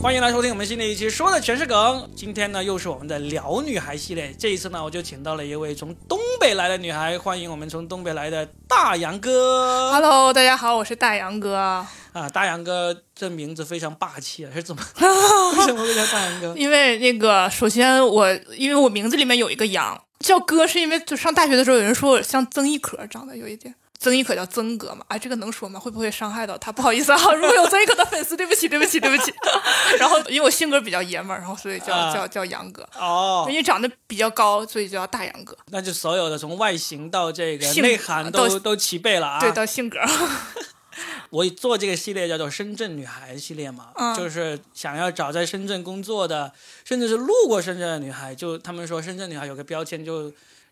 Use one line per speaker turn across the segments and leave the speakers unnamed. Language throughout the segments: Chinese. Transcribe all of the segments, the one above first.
欢迎来收听我们新的一期，说的全是梗。今天呢，又是我们的聊女孩系列。这一次呢，我就请到了一位从东北来的女孩，欢迎我们从东北来的大杨哥。
Hello，大家 好，我是大杨哥。
啊，大杨哥这名字非常霸气啊，是 怎么？为什么会叫大杨哥？
因为那个，首先我因为我名字里面有一个杨，叫哥是因为就上大学的时候有人说我像曾轶可长得有一点，曾轶可叫曾哥嘛，啊，这个能说吗？会不会伤害到他？不好意 思啊，如果有曾轶可的粉丝，对不起，对不起，对不起。然后因为我性格比较爷们儿，然后所以叫、
啊
叫叫杨哥，
哦
因，为长得比较高，所以就叫大杨哥。
那就所有的从外形到这个
性格
内涵都
到
都齐备了啊。
对，到性格，
我做这个系列叫做“深圳女孩”系列嘛，
嗯
就是想要找在深圳工作的，甚至是路过深圳的女孩，就他们说深圳女孩有个标签，就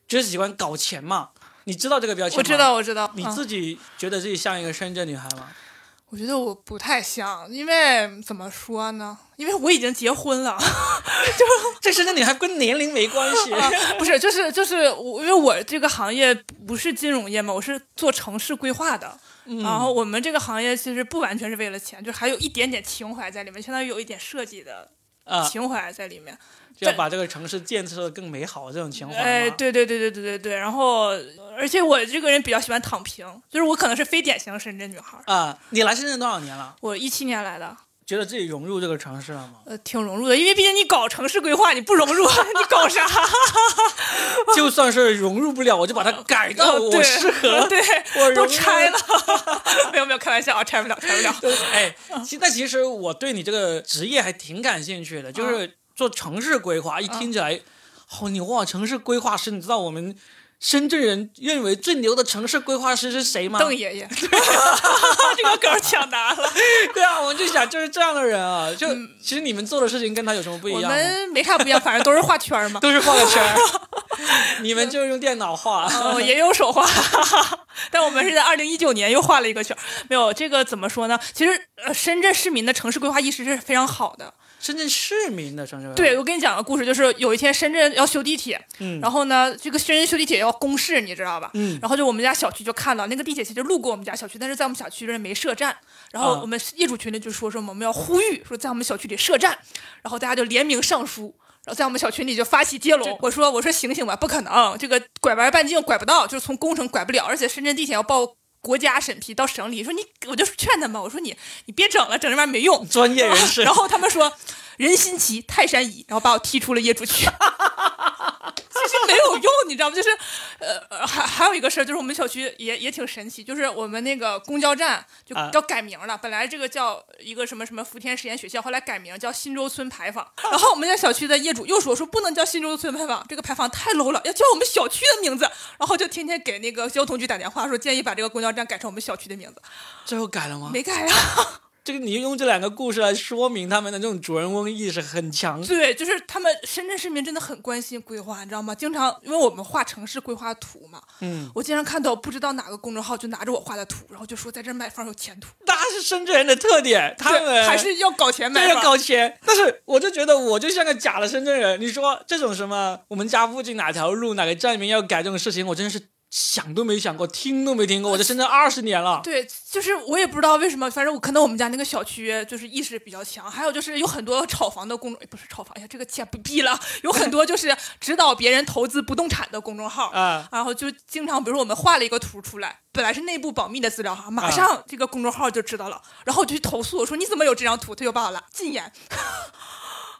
只喜欢搞钱嘛。你知道这个标签吗？
我知。道，我知道。
你
嗯
自己觉得自己像一个深圳女孩吗？
我觉得我不太像，因为怎么说呢？因为我已经结婚了。
这深圳女孩跟年龄没关系。
啊， 不是，就是就是我，因为我这个行业不是金融业嘛，我是做城市规划的。
嗯
然后我们这个行业其实不完全是为了钱，就还有一点点情怀在里面，相当于有一点设计的
啊，
情怀在里面。
就要把这个城市建设得更美好，这种情怀吗
哎，，对对对对对对对。然后，而且我这个人比较喜欢躺平，就是我可能是非典型深圳女孩儿。
啊，你来深圳多少年了？
我一七年来的，
觉得自己融入这个城市了吗？
呃，挺融入的，因为毕竟你搞城市规划，你不融 入，你搞啥？
就算是融入不了，我就把它改到
呃
我
对。
适合
对，
我融
都
入
拆 了。 没有没有，开玩笑啊，拆不了，拆不 了。
哎，其但其实我对你这个职业还挺感兴趣的，
嗯
就是做城市规划，一听起来好牛啊！城市规划师，你知道我们深圳人认为最牛的城市规划师是谁吗？
邓爷爷， 这个梗儿抢答了。
对啊，我就想就是这样的人啊，就其实你们做的事情跟他有什么不一
嗯我
样吗？
们没啥不一样，反正都是画圈 儿嘛。
都是画个圈儿， 你们就是用电脑画。
嗯，也有手画， 但我们是在二零一九年又画了一个圈儿。没有这个怎么说呢？其实呃，深圳市民的城市规划意识是非常好的。
深圳市民的城市规划，
对，我跟你讲个故事，就是有一天深圳要修地铁，
嗯
然后呢，这个深圳修地铁要公示，你知道吧？
嗯
然后就我们家小区就看到那个地铁其实路过我们家小区，但是在我们小区这没设站。然后
啊
我们业主群里就说说我们要呼吁说在我们小区里设站，然后大家就联名上书。然后在我们小群里就发起接龙，我说我说醒醒吧，不可能，这个拐弯半径拐不到，就是从工程拐不了，而且深圳地铁要报国家审批到省里，说你我就劝他们，我说你你别整了，整这玩意儿没用，
专业人士
然。后他们说人心齐，泰山移，然后把我踢出了业主区。其实没有用，你知道吗？就是，呃，还还有一个事儿，就是我们小区也也挺神奇，就是我们那个公交站就
啊
要改名了，本来这个叫一个什么什么福田实验学校，后来改名叫新洲村牌坊。然后我们家小区的业主又说说不能叫新洲村牌坊，这个牌坊太 low 了，要叫我们小区的名字。然后就天天给那个交通局打电话说建议把这个公交站改成我们小区的名字，
最后改了吗？
没改啊。
这个你用这两个故事来说明他们的这种主人翁意识很强。
对，就是他们深圳市民真的很关心规划，你知道吗？经常因为我们画城市规划图嘛，
嗯，
我经常看到不知道哪个公众号就拿着我画的图，然后就说在这儿买房有前途，
那是深圳人的特点，他
对
们
还是要搞钱
对
买
要
房。
搞钱。但是我就觉得我就像个假的深圳人。你说这种什么，我们家附近哪条路哪个站名要改这种事情，我真是想都没想过，听都没听过。我在深圳二十年了，
对，就是我也不知道为什么，反正我可能我们家那个小区就是意识比较强，还有就是有很多炒房的公众，哎不是炒房，哎呀，这个钱不必了，有很多就是指导别人投资不动产的公众号
啊
然后就经常，比如说我们画了一个图出来，本来是内部保密的资料哈，
啊
马上这个公众号就知道了，然后我就去投诉，我说你怎么有这张图？他就把我拉禁言。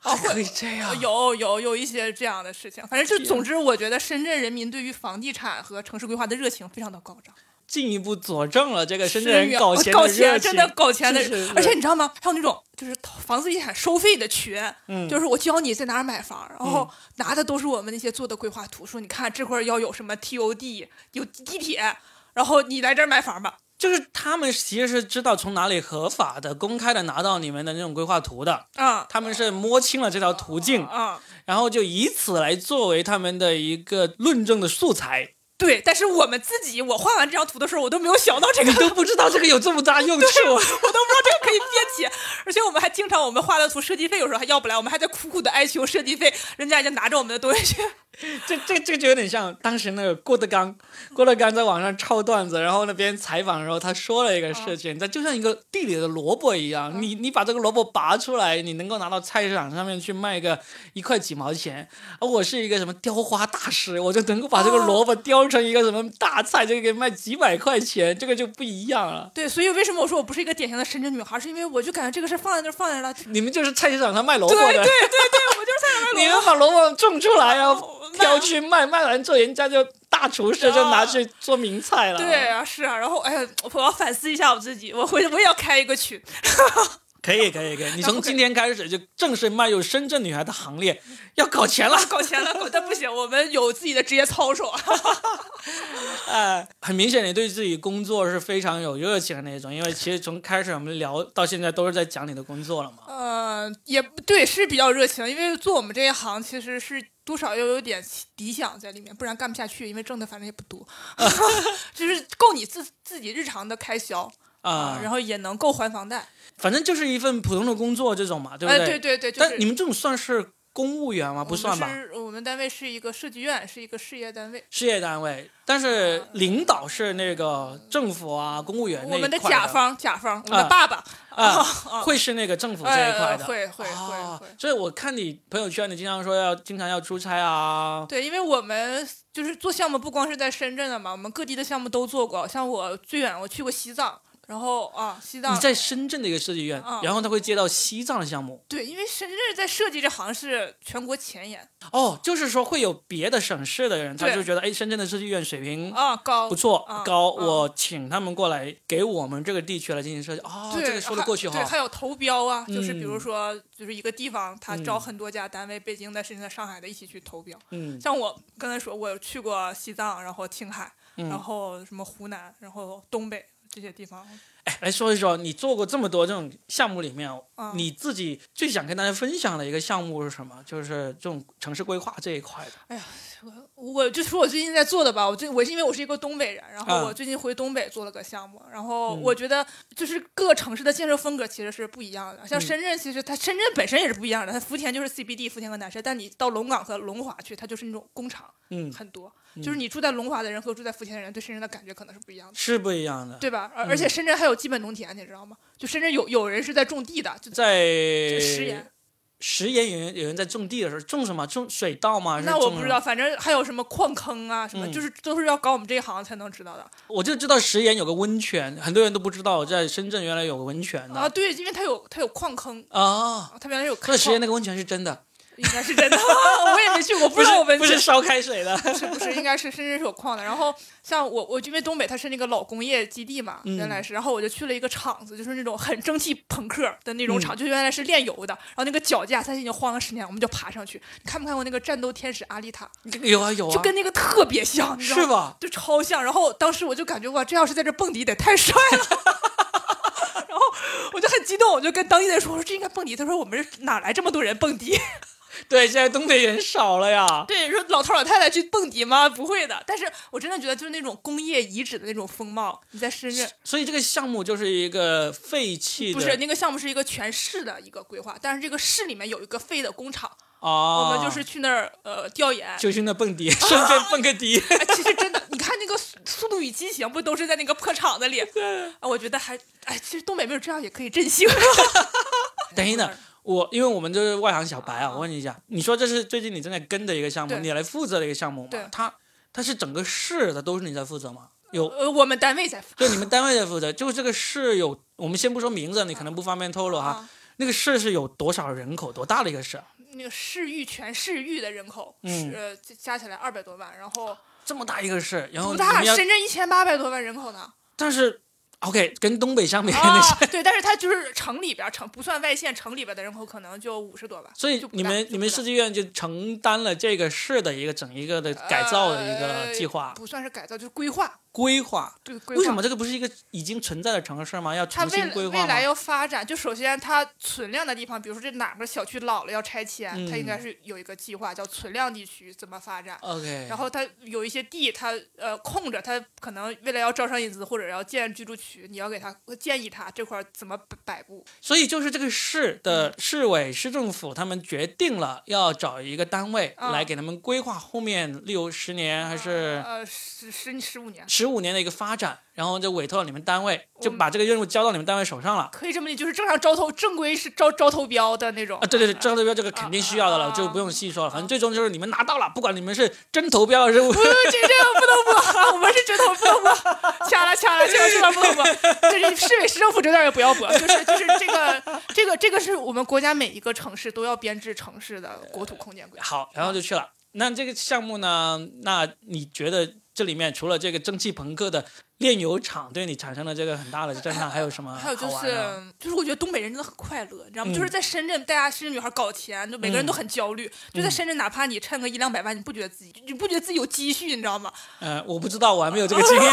哦
还可以这样。
有有有一些这样的事情，反正就总
啊
之，我觉得深圳人民对于房地产和城市规划的热情非常的高涨。
进一步佐证了这个深圳
深
人
远
搞
搞
钱的热情，
哦真的搞钱的
是是是，
而且你知道吗？还有那种就是房地产收费的群，
嗯
就是我教你在哪儿买房，然后拿的都是我们那些做的规划图，说你看这块儿要有什么 TOD，有地铁，然后你来这儿买房吧。
就是他们其实是知道从哪里合法的、公开的拿到你们的那种规划图的，
啊
他们是摸清了这条途径，
啊，
然后就以此来作为他们的一个论证的素材。
对，但是我们自己，我画完这张图的时候，我都没有想到这个
你都不知道这个有这么大用 处，
我都不知道这个可以编写，而且我们还经常我们画的图设计费有时候还要不来，我们还在苦苦的哀求设计费，人家已经拿着我们的东西去
这这这就有点像当时那个郭德纲，郭德纲在网上抄段子，然后那边采访的时候，他说了一个事情，这、就像一个地里的萝卜一样，你你把这个萝卜拔出来，你能够拿到菜市场上面去卖个一块几毛钱，而我是一个什么雕花大师，我就能够把这个
哦
萝卜雕成一个什么大菜，就给卖几百块钱，这个就不一样了。
对，所以为什么我说我不是一个典型的深圳女孩，是因为我就感觉这个事儿放在那儿放在那儿了，
你们就是菜市场上卖萝卜
对
的，
对对对，我就是在那儿 哦
你
买萝
们把萝卜种出来啊， 挑去卖，卖完之后人家就大厨师就
啊
拿去做名菜了。
卜。对，啊，是啊，然后哎呀，我要反思一下我自己，我回我也要开一个群，
可以可以可以，你从今天开始就正式迈入深圳女孩的行列，要搞钱了。
搞钱了，搞但不行，我们有自己的职业操守。啊
哎，很明显你对自己工作是非常有热情的那种，因为其实从开始我们聊到现在都是在讲你的工作了嘛。
呃，也不对，是比较热情，因为做我们这一行其实是多少又有点理想在里面，不然干不下去，因为挣的反正也不 多， 就是够你自自己日常的开销
啊、
然后也能够还房贷。
反正就是一份普通的工作这种嘛，对不
哎，对对对，就是
但你们这种算是公务员吗？不算
我
吧，
们是我们单位是一个设计院，是一个事业单位。
事业单位。但是领导是那个政府啊，公务员那
我
一
们的
块
甲方，甲方，我们的爸爸，
啊，会是那个政府这一块的，
哎哦会会
啊
会会
所以我看你朋友圈，你经常说要经常要出差啊，
对，因为我们就是做项目，不光是在深圳的嘛，我们各地的项目都做过。像我最远我去过西藏，然后啊，西藏
你在深圳的一个设计院，
嗯
然后他会接到西藏的项目，
对，因为深圳在设计这行是全国前沿
哦，就是说会有别的省市的人，他
对
就觉得哎，深圳的设计院水平
啊，高
不错、
嗯
高，
嗯
我请他们过来给我们这个地区来进行设计，哦，
对，
这个说得
还
过去
对，
哈，
还有投标啊，就是比
嗯
如说，就是一个地方他
嗯
招很多家单位，北京的、深圳的、上海的一起去投标。
嗯
像我刚才说，我有去过西藏，然后青海，然
嗯，
后什么湖南，然后东北这些地方。
哎，来说一说你做过这么多这种项目里面，
嗯
你自己最想跟大家分享的一个项目是什么？就是这种城市规划这一块的。
我就说我最近在做的吧，我最我是因为我是一个东北人，然
啊
后我最近回东北做了个项目，然后
嗯
我觉得就是各城市的建设风格其实是不一样的，像
嗯
深圳其实它深圳本身也是不一样的，它福田就是 CBD 福田和南山，但你到龙岗和龙华去，它就是那种工厂
嗯，
很多，
嗯
就是你住在龙华的人和住在福田的人对深圳的感觉可能是不一样的。
是不一样的。
对吧？而
嗯
而且深圳还有基本农田，你知道吗？就深圳有有人是在种地的，就
在
就食盐。
食盐有人有人在种地的时候种什么？种水稻吗？还是
那我
种
不
什
知
么
道，。反正还有什么矿坑啊，什么、
嗯
就是都是要搞我们这一行才能知道的。
我就知道食盐有个温泉，很多人都不知道，在深圳原来有个温泉
啊，
的
对，因为它有它有矿坑，
啊。
啊它原来有开
那食盐
矿，
那个温泉是真的，
应该是真的， 我也没去过，不知道我们
不是烧开水的。
不是不是，应该是深圳是有矿的。然后像我，我因为东北它是那个老工业基地嘛，
嗯
原来是，然后我就去了一个厂子，就是那种很蒸汽朋克的那
嗯
种厂，就原来是炼油的。然后那个脚架，它已经晃了十年，我们就爬上去。你看没看过那个战斗天使阿丽塔？
有啊有啊，
就跟那个特别像，你知道
是
吗？
吧？
就超像。然后当时我就感觉哇，这要是在这蹦迪得太帅了。 然后我就很激动，我就跟当地人说：“我说这应该蹦迪。”他说：“我们这哪来这么多人蹦迪。
对，现在东北人少了呀？”
对，说老头老太太去蹦迪吗？不会的。但是我真的觉得就是那种工业遗址的那种风貌，你在深圳
所以这个项目就是一个废弃的，
不是那个项目是一个全市的一个规划，但是这个市里面有一个废的工厂，
啊，
我们就是啊去那儿呃调研。
就去那蹦迪，顺便蹦个迪。
哎其实真的，你看那个速《速度与激情》，不都是在那个破厂子里？ 啊，我觉得还哎，其实东北没有这样也可以振兴。
等一等，我因为我们这是外行小白啊，
啊
我问你一下，你说这是最近你正在跟的一个项目，
对
你来负责的一个项目
对
嘛？它它是整个市的都是你在负责吗？有，
呃，我们单位在发
就你们单位在负责，就这个市有，我们先不说名字，你可能不方便透露哈。
啊，
那个市是有多少人口，多大的一个市啊？
那个市域全市域的人口
嗯
是、呃加起来二百多万，然后
这么大一个市，然后
不
你
大，
们要，
深圳一千八百多万人口呢。
但是 OK，跟东北相比， 那
啊
是。，
对，但是它就是城里边儿，城不算外县，城里边的人口可能就五十多万。
所以
就不
你
大
们
就
你们
不大
设计院就承担了这个市的一个整一个的改造的一个
呃
计划，
不算是改造，就是规划。
规划。
对，规划
为什么这个不是一个已经存在的城市吗？要
它
重
未
新
来
规
未
划
来
吗？
要发展，就首先它存量的地方，比如说这哪个小区老了要拆迁，它应该
嗯
是有一个计划叫存量地区怎么发展。
OK，
然后它有一些地，它呃空着，它可能未来要招商引资或者要建居住区，你要给他建议他这块儿怎么摆摆布。
所以就是这个市
嗯
的市委、市政府，他们决定了要找一个单位
啊
来给他们规划后面，例如十年还是
呃十十十五年，
十五年的一个发展，然后就委托你们单位，
我
就把这个任务交到你们单位手上了。
可以这么理解，就是正常招投正规是招招投标的那种
啊，对对对，
哦
招投标这个肯定需要的了，
啊
就不用细说了。反正最终就是你们拿到了，不管你们是真投标还 是
不，这这个不能播，啊我们是真的不能播，掐了掐了，这个这个不能播，就是市委市政府这段也不要播，就是就是这个这个这个是我们国家每一个城市都要编制城市的国土空间规划。
好，然后就去了。那这个项目呢？那你觉得这里面除了这个蒸汽朋克的炼油厂对你产生了这个很大的震 撼，还有什么
还有就
啊好玩
是
的呢，
就是我觉得东北人真的很快乐，你知道吗？
嗯
就是在深圳，大家深圳女孩搞钱，就每个人都很焦虑。就
嗯
在深圳，哪怕你趁个一两百万，你不觉得自己，你不觉得自己有积蓄，你知道吗？
呃，我不知道，我还没有这个经 验。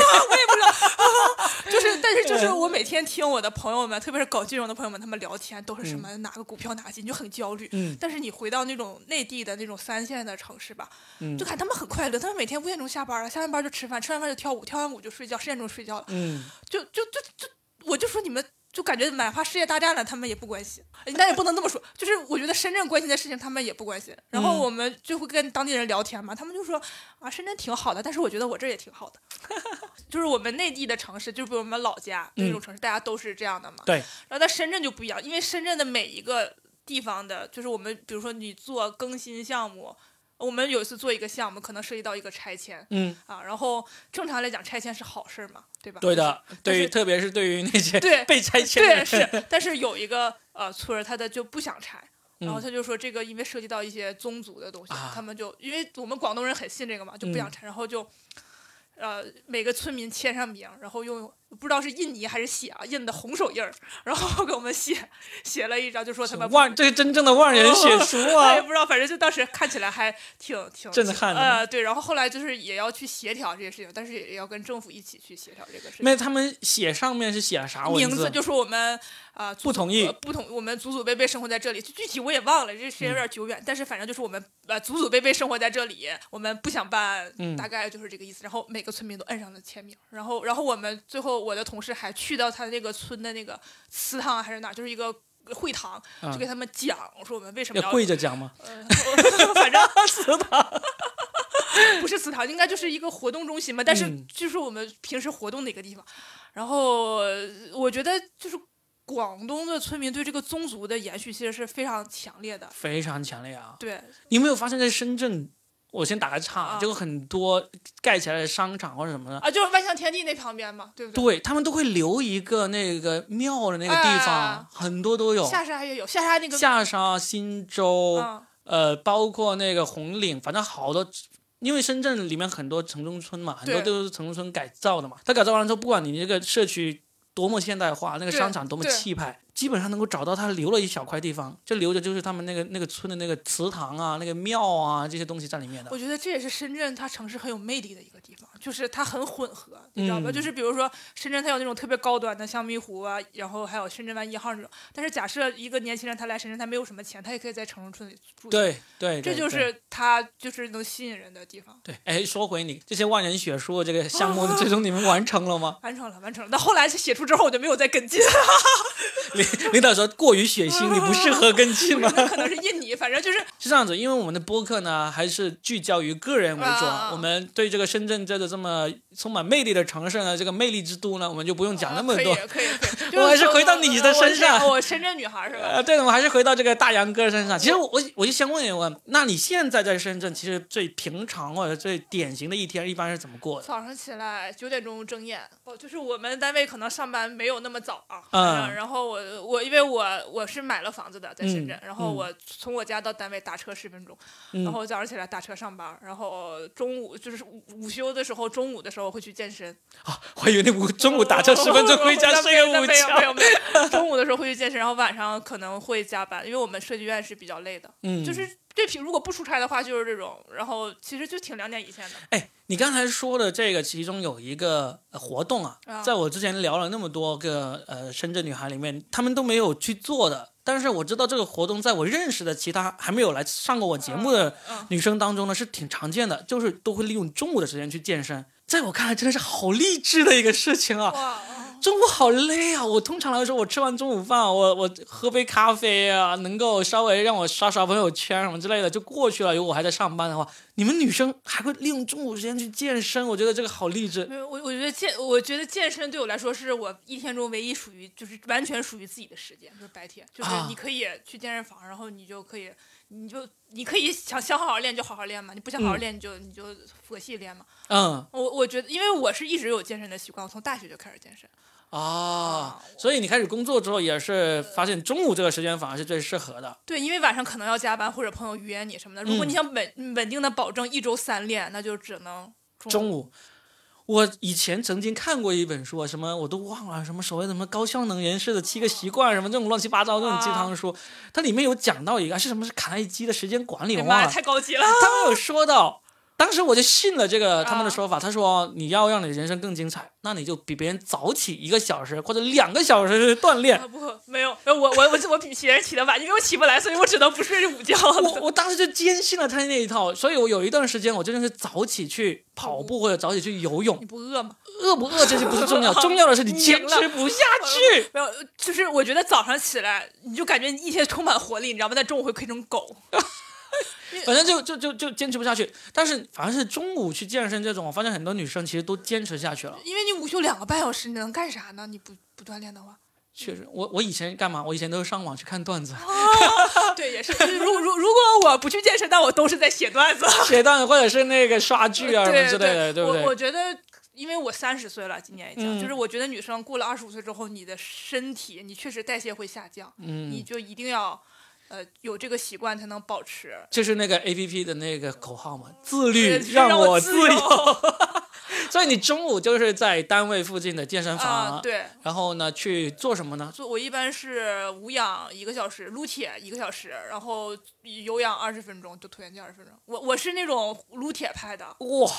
就是，但是就是我每天听我的朋友们，特别是搞金融的朋友们，他们聊天都是什么、哪个股票哪个基金，你就很焦虑。
嗯
但是你回到那种内地的那种三线的城市吧，
嗯
就看他们很快乐，他们每天五点钟下班了，下完班就吃饭，吃完饭就跳舞，跳完舞就睡觉，十点钟睡觉了，
嗯，
就就就就，我就说你们。就感觉哪怕世界大战了，他们也不关心。哎但也不能这么说，就是我觉得深圳关心的事情，他们也不关心。然后
嗯
我们就会跟当地人聊天嘛，他们就说啊，深圳挺好的，但是我觉得我这儿也挺好的。 就是我们内地的城市，就比如我们老家
嗯
那种城市，大家都是这样的嘛。
对。
然后在深圳就不一样，因为深圳的每一个地方的，就是我们比如说你做更新项目，我们有一次做一个项目，可能涉及到一个拆迁
嗯，
啊，然后正常来讲拆迁是好事儿嘛，对吧？
对的，
但
对
是
于特别是对于那些
对
被拆迁的
对，
人，
是，但是有一个呃村儿，他的就不想拆。然后
嗯
他就说，这个因为涉及到一些宗族的东西，
啊
他们就因为我们广东人很信这个嘛，就不
嗯
想拆，然后就，呃，每个村民签上名，然后用不知道是印泥还是血啊印的红手印儿，然后给我们写写了一张，就说他们 不
万这是真正的万
哦
人血书
我
啊
也！不知道，反正就当时看起来还挺挺
震撼的
呃，对，然后后来就是也要去协调这些事情，但是也要跟政府一起去协调这个事情。
那他们写上面是写了啥文
名字就说我们啊、呃
不同意
呃不同，我们祖祖辈辈生活在这里，具体我也忘了，这时间有点
嗯
久远。但是反正就是我们呃祖祖辈辈生活在这里，我们不想办，
嗯
大概就是这个意思。然后每个村民都摁上了签名，然后然后我们最后我的同事还去到他那个村的那个祠堂啊还是哪，就是一个。会堂
嗯
就给他们讲说我们为什么
要
要
跪着讲吗？
呃， 反 正祠堂 不是祠堂，应该就是一个活动中心嘛。但是
嗯
就是我们平时活动的一个地方。然后呃我觉得就是广东的村民对这个宗族的延续其实是非常强烈的。
非常强烈啊！
对，
你有没有发现，在深圳，我先打个岔
啊，
就很多盖起来的商场或者什么的，
啊，就是万象天地那旁边嘛，对不对？
对他们都会留一个那个庙的那个地方
啊，
很多都有。
下沙也有，下沙那个，
哦下沙、新洲，
嗯
呃，包括那个红岭，反正好多。因为深圳里面很多城中村嘛，很
对
多都是城中村改造的嘛。它改造完了之后，不管你这个社区多么现代化，那个
对
商场多么
对
气派，基本上能够找到它留了一小块地方，这留着就是他们那个那个村的那个祠堂啊、那个庙啊这些东西在里面的。
我觉得这也是深圳它城市很有魅力的一个地方，就是它很混合，你知道吧？
嗯
就是比如说深圳它有那种特别高端的，像蜜湖啊，然后还有深圳湾一号那种。但是假设一个年轻人他来深圳，他没有什么钱，他也可以在城中村里住。，
对对，
这
对对
就是它就是能吸引人的地方。
对。哎，说回你这些万人血书这个项 目，最终你们完成了吗？
完成了，完成了。但后来写出之后，我就没有再跟进，
领领导说过于血腥，你不适合跟进吗？
那可能是印尼，反正就是
是这样子，因为我们的播客呢还是聚焦于个人为主，
啊
我们对这个深圳这个这么充满魅力的城市呢，这个魅力之都呢，我们就不用讲那么多。
啊可以可以可 以。就
我还是
说
回到你的身上
我哦我我深圳女孩是吧？
呃，对，我们还是回到这个大杨哥身上。其实我我我就想问一问，那你现在在深圳，其实最平常或者最典型的一天，一般是怎么过的？
早上起来九点钟睁眼，哦，就是我们单位可能上班没有那么早啊。
嗯
反正然后我我因为我我是买了房子的，在深圳，
嗯
然后我从我家到单位打车十分钟，
嗯
然后早上起来打车上班，然后中午就是午午休的时候，中午的时候，我会去健身。
啊，我以为那午中午打车十分钟回家睡个午
没有没有
觉。
没有。中午的时候会去健身，然后晚上可能会加班，因为我们设计院是比较累的，
嗯，
就是这批如果不出差的话就是这种，然后其实就挺两点一线的。
哎，你刚才说的这个，其中有一个呃活动啊，
啊
在我之前聊了那么多个呃深圳女孩里面，她们都没有去做的。但是我知道这个活动，在我认识的其他还没有来上过我节目的
嗯嗯
女生当中呢，是挺常见的，就是都会利用中午的时间去健身。在我看来，真的是好励志的一个事情啊！
哇，
中午好累啊！我通常来说，我吃完中午饭，我我喝杯咖啡啊，能够稍微让我刷刷朋友圈什么之类的就过去了。如果我还在上班的话，你们女生还会利用中午时间去健身，我觉得这个好励志。
没有我我觉得健我觉得健身对我来说是我一天中唯一属于就是完全属于自己的时间，就是白天，就是
啊
你可以去健身房，然后你就可以你就你可以想想好好练就好好练嘛，你不想好好
嗯
练你就你就佛系练嘛。
嗯
我我觉得因为我是一直有健身的习惯，我从大学就开始健身。
啊，所以你开始工作之后，也是发现中午这个时间反而是最适合的。
对，因为晚上可能要加班或者朋友约你什么的。如果
嗯
你想稳、嗯稳定的保证一周三练，那就只能哎
中
午。
午，我以前曾经看过一本书，啊什么我都忘了，什么所谓的什么高效能人士的七个习惯，什么这种乱七八糟这种鸡汤书，它里面有讲到一个是什么是卡耐基的时间管理，
哎
我
呀妈
忘
呀，
了。
太高级了！
他们有说到，当时我就信了这个他们的说法。他说哦你要让你人生更精彩，那你就比别人早起一个小时或者两个小时去锻炼。
啊不，没有，我我我我比别人起得晚，因为我起不来，所以我只能不睡午觉了。
我我当时就坚信了他那一套，所以我有一段时间我真的是早起去跑步或者早起去游泳
你，不饿吗？
饿不饿这些不是重要，重要的是你坚持不下去。
没有，就是我觉得早上起来你就感觉一天充满活力，你知道吗？但中午会困成狗。
反正就就就就坚持不下去。但是反正是中午去健身这种，我发现很多女生其实都坚持下去了。
因为你午休两个半小时，你能干啥呢？你不不锻炼的话，
确实，我我以前干嘛？我以前都是上网去看段子。
啊对，也是。就是如如如果我不去健身，那我都是在写段子。
写段子或者是那个刷剧啊什么
对
之类的，对不
我我
对？
觉得，因为我三十岁了，今年已
嗯
经，就是我觉得女生过了二十五岁之后，你的身体你确实代谢会下降，你
嗯，
就一定要呃有这个习惯才能保持。
就是那个 A P P 的那个口号嘛，自
对
律
就是
让
让我
自
自由
所以你中午就是在单位附近的健身
啊、
房，
对，
然后呢去做什么呢？
做我一般是无氧一个小时，撸铁一个小时，然后有氧二十分钟，就椭圆机二十分钟。我我是那种撸铁派的，
哇，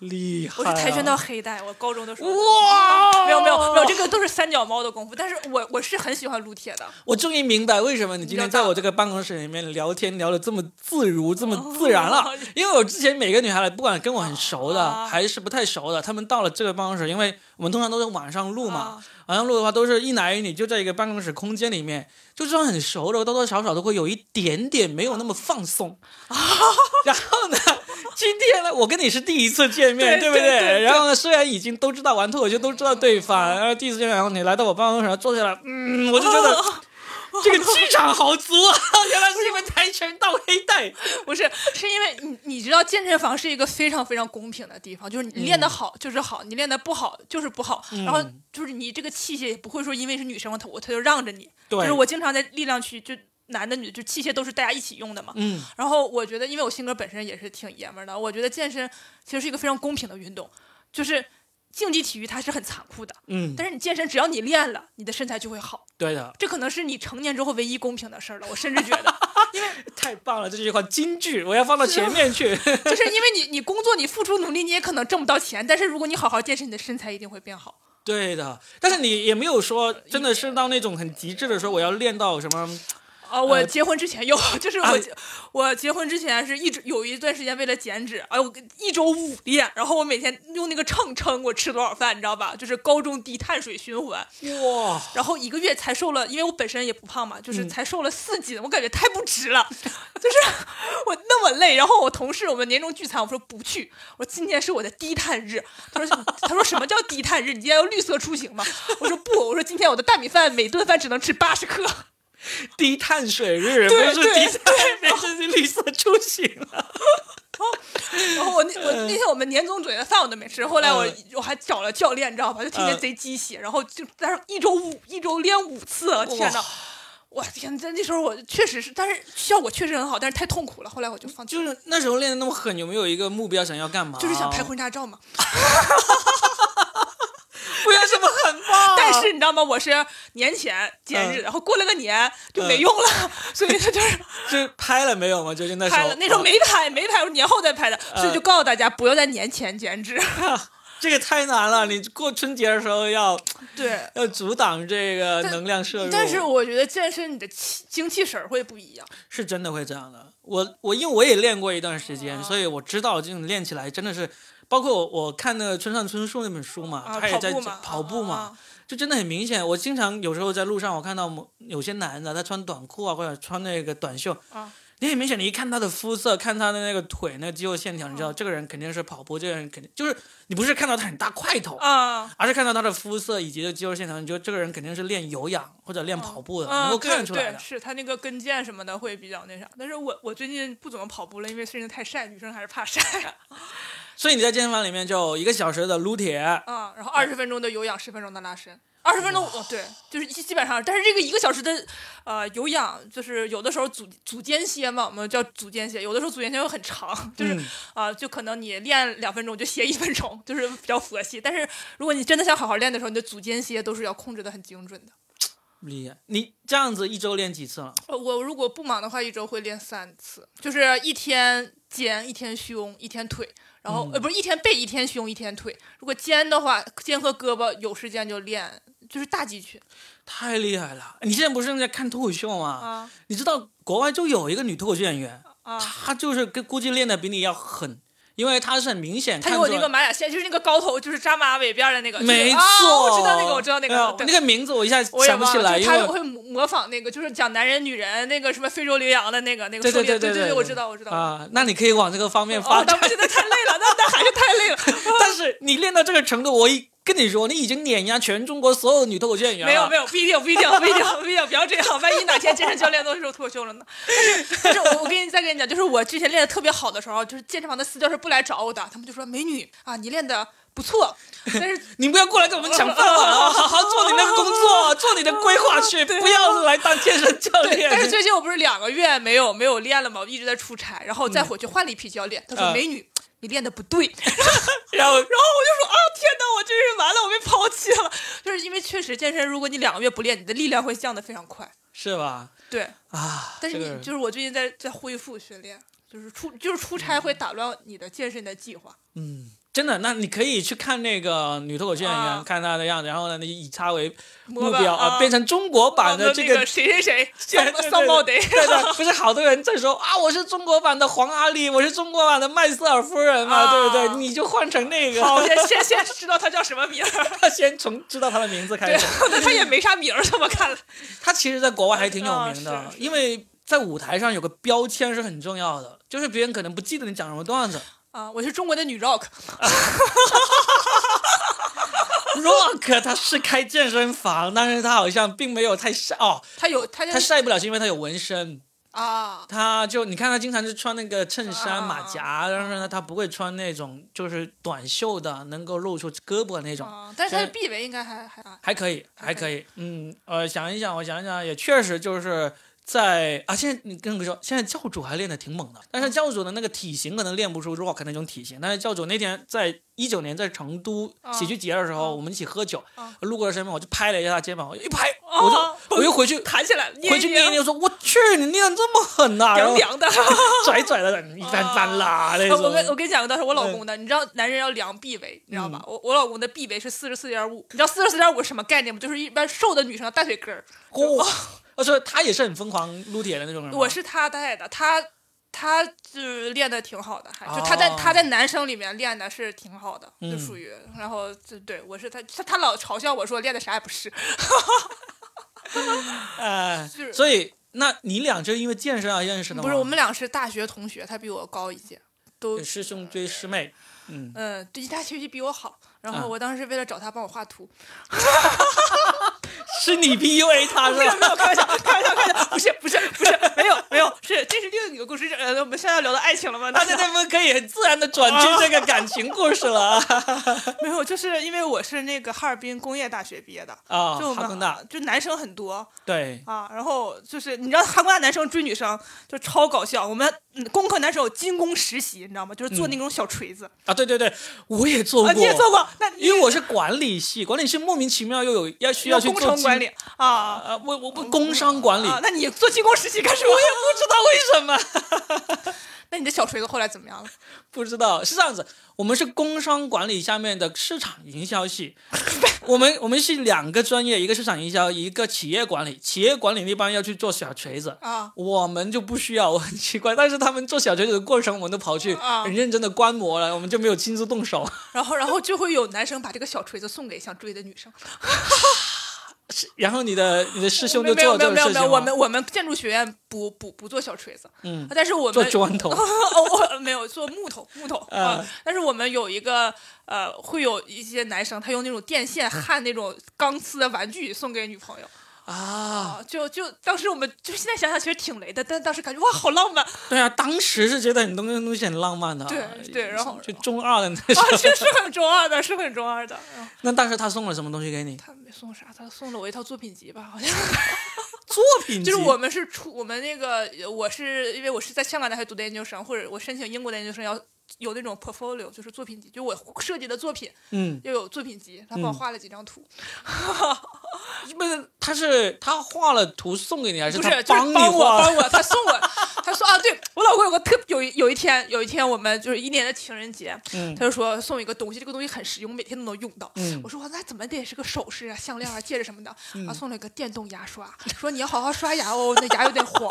厉害、
我
啊！
是跆拳道黑带，我高中的时候。
哇，
没有没有没有，这个都是三脚猫的功夫，但是我我是很喜欢撸铁的，
我终于明白为什么你今天在我这个办公室里面聊天聊得这么自如、这么自然了
哦。
因为我之前每个女孩来，不管跟我很熟的
啊
还是不太熟的，她们到了这个办公室，因为我们通常都是晚上录嘛
啊，
晚上录的话都是一男一女就在一个办公室空间里面，就算很熟的，多多少少都会有一点点没有那么放松。然后呢，今天呢，我跟你是第一次见面，
对
不
对对对哦
然后呢，虽然已经都知道玩脱口秀，都知道对方，然后第一次见面，然后你来到我办公室坐下来，嗯，我就觉得。
哦
这个气场好足啊！ 原来是因为跆拳道黑带，
不是，是因为你你知道健身房是一个非常非常公平的地方，就是你
嗯
练得好就是好，你练得不好就是不好，然后就是你这个器械也不会说因为是女生她我她就让着你，
对
就是我经常在力量区就男的女就器械都是大家一起用的嘛，
嗯，
然后我觉得因为我性格本身也是挺爷们儿的，我觉得健身其实是一个非常公平的运动，就是竞技体育它是很残酷的，
嗯，
但是你健身只要你练了，你的身材就会好。
对的，
这可能是你成年之后唯一公平的事儿了，我甚至觉得，
太棒了！这句话金句，我要放到前面去。
就是因为你你工作你付出努力，你也可能挣不到钱，但是如果你好好健身，你的身材一定会变好。
对的，但是你也没有说真的是到那种很极致的时候，我要练到什么？
啊、我结婚之前有， 就是我结、我结婚之前是一直有一段时间为了减脂，哎、我一周五练，然后我每天用那个秤称我吃多少饭，你知道吧？就是高中低碳水循环，
哇，
然后一个月才瘦了，因为我本身也不胖嘛，就是才瘦了四斤，我感觉太不值了， 就是我那么累。然后我同事我们年终聚餐，我说不去，我说今天是我的低碳日。他说他说什么叫低碳日？你今天要绿色出行吗？我说不，我说今天我的大米饭每顿饭只能吃八十克。
低碳水日不
对
是
对
低碳，人是绿色出行了。
然后我那我那天我们年终组的饭我都没吃，后来我
嗯
我还找了教练，你知道吧？就天天
嗯
贼鸡血，然后就但是一周五一周练五次，天呐，我天，这那时候我确实是，但是效果确实很好，但是太痛苦了。后来我就放弃了，
就是那时候练的那么狠，有没有一个目标想要干嘛？
就是想拍婚纱照嘛。
不然这么狠吧？
但是你知道吗？我是年前节日，
嗯
然后过了个年就没用了，所以他就是
是拍了没有吗？就是那时候
拍了。那时候
啊
没拍，没拍，我年后再拍的，
嗯
所以就告诉大家不要在年前减脂。
这个太难了，你过春节的时候要
对，
要阻挡这个
但
能量摄入，
但是我觉得健身你的气精气神儿会不一样。
是真的会这样的。我我因为我也练过一段时间，
哦
所以我知道这种练起来真的是，包括我我看那个村上春树那本书嘛，
啊，
他也
跑
在
步
讲
嘛，
跑步嘛，
啊，啊
就真的很明显。我经常有时候在路上，我看到某有些男的，他穿短裤啊，或者穿那个短袖，
啊
你很明显，你一看他的肤色，看他的那个腿、那个肌肉线条，你知
哦
道、这个人肯定是跑步，这个人肯定就是你不是看到他很大块头，
啊，
而是看到他的肤色以及这肌肉线条，你觉得这个人肯定是练有氧或者练跑步的，
啊
能够看
对
得出来的
对，。是他那个跟腱什么的会比较那啥。但是我我最近不怎么跑步了，因为最近太晒，女生还是怕晒
所以你在健身房里面就一个小时的撸铁，
啊。然后二十分钟的有氧，十分钟的拉伸。二十分钟，哦，对，就是基基本上，但是这个一个小时的，呃，有氧就是有的时候组组间歇嘛，我们叫组间歇，有的时候组间歇又很长，就是
嗯
啊、就可能你练两分钟就歇一分钟，就是比较佛系。但是如果你真的想好好练的时候，你的组间歇都是要控制的很精准的。
厉害！你这样子一周练几次了？
呃我如果不忙的话，一周会练三次，就是一天肩，一天胸，一天腿，然后、
嗯
呃不是一天背，一天胸，一天腿。如果肩的话，肩和胳膊有时间就练，就是大肌群
太厉害了！你现在不是正在看脱口秀吗？
啊
你知道国外就有一个女脱口秀演员，
啊。
她就是跟估计练的比你要狠，因为她是很明显
他
看出
有
来。
那个马甲线，就是那个高头，就是扎马尾辫儿的那个。就是
没错、
啊我知道那个，我知道那
哎
个
呦。
对
那个名字我一下
我也
想不
忘
起
了，
来，因
就是他
为
会模模仿那个，就是讲男人、女人那个什么非洲羚羊的那个那个
对
狩
对
猎，
对
对
对
对，我知道，我知道。
啊，那你可以往这个方面发展
哦，但。我真的太累了，那那还是太 累了。
但是你练到这个程度，我一跟你说，你已经碾压全中国所有女脱口秀演员了。
没有没有，不一定不一定不一定不一定，不要这样，万一哪天健身教练都是脱口秀了呢？但是但是我我跟你再跟你讲，就是我之前练的特别好的时候，就是健身房的私教是不来找我的，他们就说美女啊，你练的不错，但是
你不要过来跟我们抢饭碗啊！好好做你的工作，做你的规划去，不要来当健身教
对，但是
练。
最近我不是两个月没有没有练了嘛，我一直在出差，然后再
嗯
回去换了一批教练，他说、
啊
美女。你练的不对，
然后
然后我就说啊，天哪，我真是完了，我被抛弃了。 就是因为确实健身，如果你两个月不练，你的力量会降得非常快。
是吧？
对，
啊，
但是你
这个
就是我最近在在恢复训练，就是出就是出差会打乱你的健身的计划。
嗯，真的，那你可以去看那个女脱口秀演员，
啊
看她的样子，然后呢，你以她为目
模板
标
啊
变成中国版
那
的这
那个谁谁 谁
对对
丧丧帽得
对对对，不是好多人在说啊，我是中国版的黄阿丽，我是中国版的麦瑟尔夫人嘛，
啊
对不对？你就换成那个，
好， 先先先知道他叫什么名儿，
先从知道她的名字开
对
始。，
他也没啥名儿，这么看来
他其实在国外还挺有名的，
啊是是
因为在舞台上有个标签是很重要的，就是别人可能不记得你讲什么段 子
啊，我是中国的女 rock，
，Rock 他是开健身房，但是他好像并没有太晒哦，
她有她
他晒不了是因为他有纹身。
啊
他就你看他经常是穿那个衬衫、
啊
马甲，但是呢，他不会穿那种就是短袖的，能够露出胳膊那种，
啊，但是她的
现在
臂围应该还还啊
还可以，还
还
可
可
以。嗯，呃，想一想，我想一想，也确实就是在啊，现在你跟我说，现在教主还练得挺猛的，但
嗯
是教主的那个体型可能练不出 rock 那种体型。但是教主那天在一九年在成都
啊
喜剧节的时候，
啊
我们一起喝酒，
啊
路过的身边我就拍了一下他肩膀，我一拍，
啊
我就我又回去。
弹起来了，捏
回去捏一捏，我说我去，你练得这么狠呐、然
凉
后
凉的。
拽拽的，你一般般啦那
我啊我
种。嗯
跟我跟你讲个，当时我老公的，你知道男人要量臂围，你知道吧？我我老公的臂围是四十四点五，你知道四十四点五是什么概念吗？就是一般瘦的女生的大腿根儿。
哇，我说哦他也是很疯狂撸铁的那种人吗。
我是他带的，他他就是练的挺好的，还就他在、
哦
他在男生里面练的是挺好的，
嗯
就属于。然后就对我是他他他老嘲笑我说练的啥也不是，
哎
是，
所以那你俩就是因为健身而认识的吗？
不是我们俩是大学同学，他比我高一届，都
师兄追师妹，嗯，
嗯，对，他学习比我好。然
啊
后我当时为了找他帮我画图，
是你 PUA 他是
没有
吧？
没有，开玩笑，开玩笑，开玩笑，不是不是不是，没有没有，是这是另一个故事。这呃，我们现在要聊到爱情了吗？
大家这不可以很自然的转进这个感情故事了啊
没有，就是因为我是那个哈尔滨工业大学毕业的，
啊！
就我
哈
们
工大
就男生很多
对
啊，然后就是你知道哈工大男生追女生就超搞笑。我们嗯工科男生有精工实习，你知道吗？就是做那种小锤子、
啊，对对对，我也做过，
啊，你也嗯做过？那你
因为我是管理系，管理系莫名其妙又有要需要去
工
做
程管
经
理啊。
啊，我我不工商管理，
啊，那你做精工实习干什么？我也不知道为什么。那你的小锤子后来怎么样了？
不知道是这样子，我们是工商管理下面的市场营销 系，我们我们是两个专业，一个市场营销，一个企业管理。企业管理那帮要去做小锤子。
啊，
我们就不需要，我很奇怪。但是他们做小锤子的过程，我们都跑去
啊
很认真的观摩了，我们就没有亲自动 手。
然后然后就会有男生把这个小锤子送给想追的女生。
然后你的你的师兄
没有
就
没
做
有
了
没
这
有
种事
没有没
情
有，
吗
我们我们建筑学院不不不做小锤子，
嗯，
但是我
做
们
砖头
哦，我没有做木头木头啊、
啊
但是我们有一个呃，会有一些男生他用那种电线焊那种钢丝的玩具送给女朋友
啊，
啊，就就当时我们就现在想想其实挺雷的，但当时感觉哇好 浪漫
对啊，当时是觉得很多东西很浪漫的啊，
对对然后
就中二的那时
啊，
候。
这是很中二的，是很中二的。嗯
那当时他送了什么东西给你？
他没送啥，他送了我一套作品集吧，好像。
作品
就是
集
我们是出我们那个呃我是因为我是在香港大学读的研究生，或者我申请英国的研究生要有那种 portfolio，就是作品集，就我设计的作品
嗯，
要有作品集，他帮我画了几张图，
不是，他是他画了图送给你，还
不
他
是就是
你
帮我
画？
帮我，他送我，他说啊，对我老公有个特有一有一天有一天我们就是一年的情人节，
嗯
他就说送一个东西，这个东西很实用，每天都能用到。
嗯
我说哇，那怎么得是个首饰啊、项链啊、戒指什么的？他送了一个电动牙刷，说你要好好刷牙哦，那牙有点黄。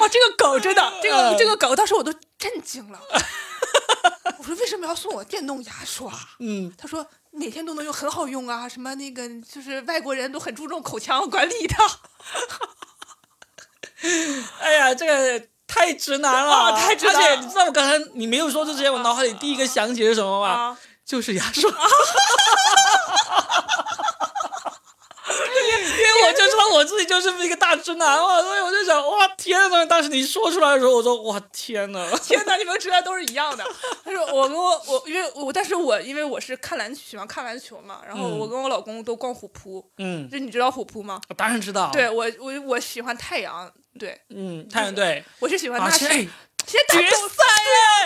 哇，这个狗真的，这个这个狗，当时我都震惊了。我说为什么要送我电动牙刷？
嗯，
他说每天都能用，很好用啊，什么那个就是外国人都很注重口腔管理的。
哎呀，这个太直男了，
啊太直男
而且你知道我刚才你没有说之前，我脑海里第一个想起是什么吗？
啊
就是牙 刷。因为我就知道我自己就是一个大直男嘛，所以我就想，哇天呐！当时你说出来的时候，我说哇天呐！
天哪，你们直男都是一样的。他说我跟我我，因为我但是我因为我是看篮球喜欢看篮球嘛，然后
嗯
我跟我老公都逛虎扑，
嗯，
就你知道虎扑吗？
我当然知道。，
对我我我喜欢太阳，对
嗯，太阳队
我呃是喜欢
啊，
纳
现
什，
在哎
先打
决
斗
赛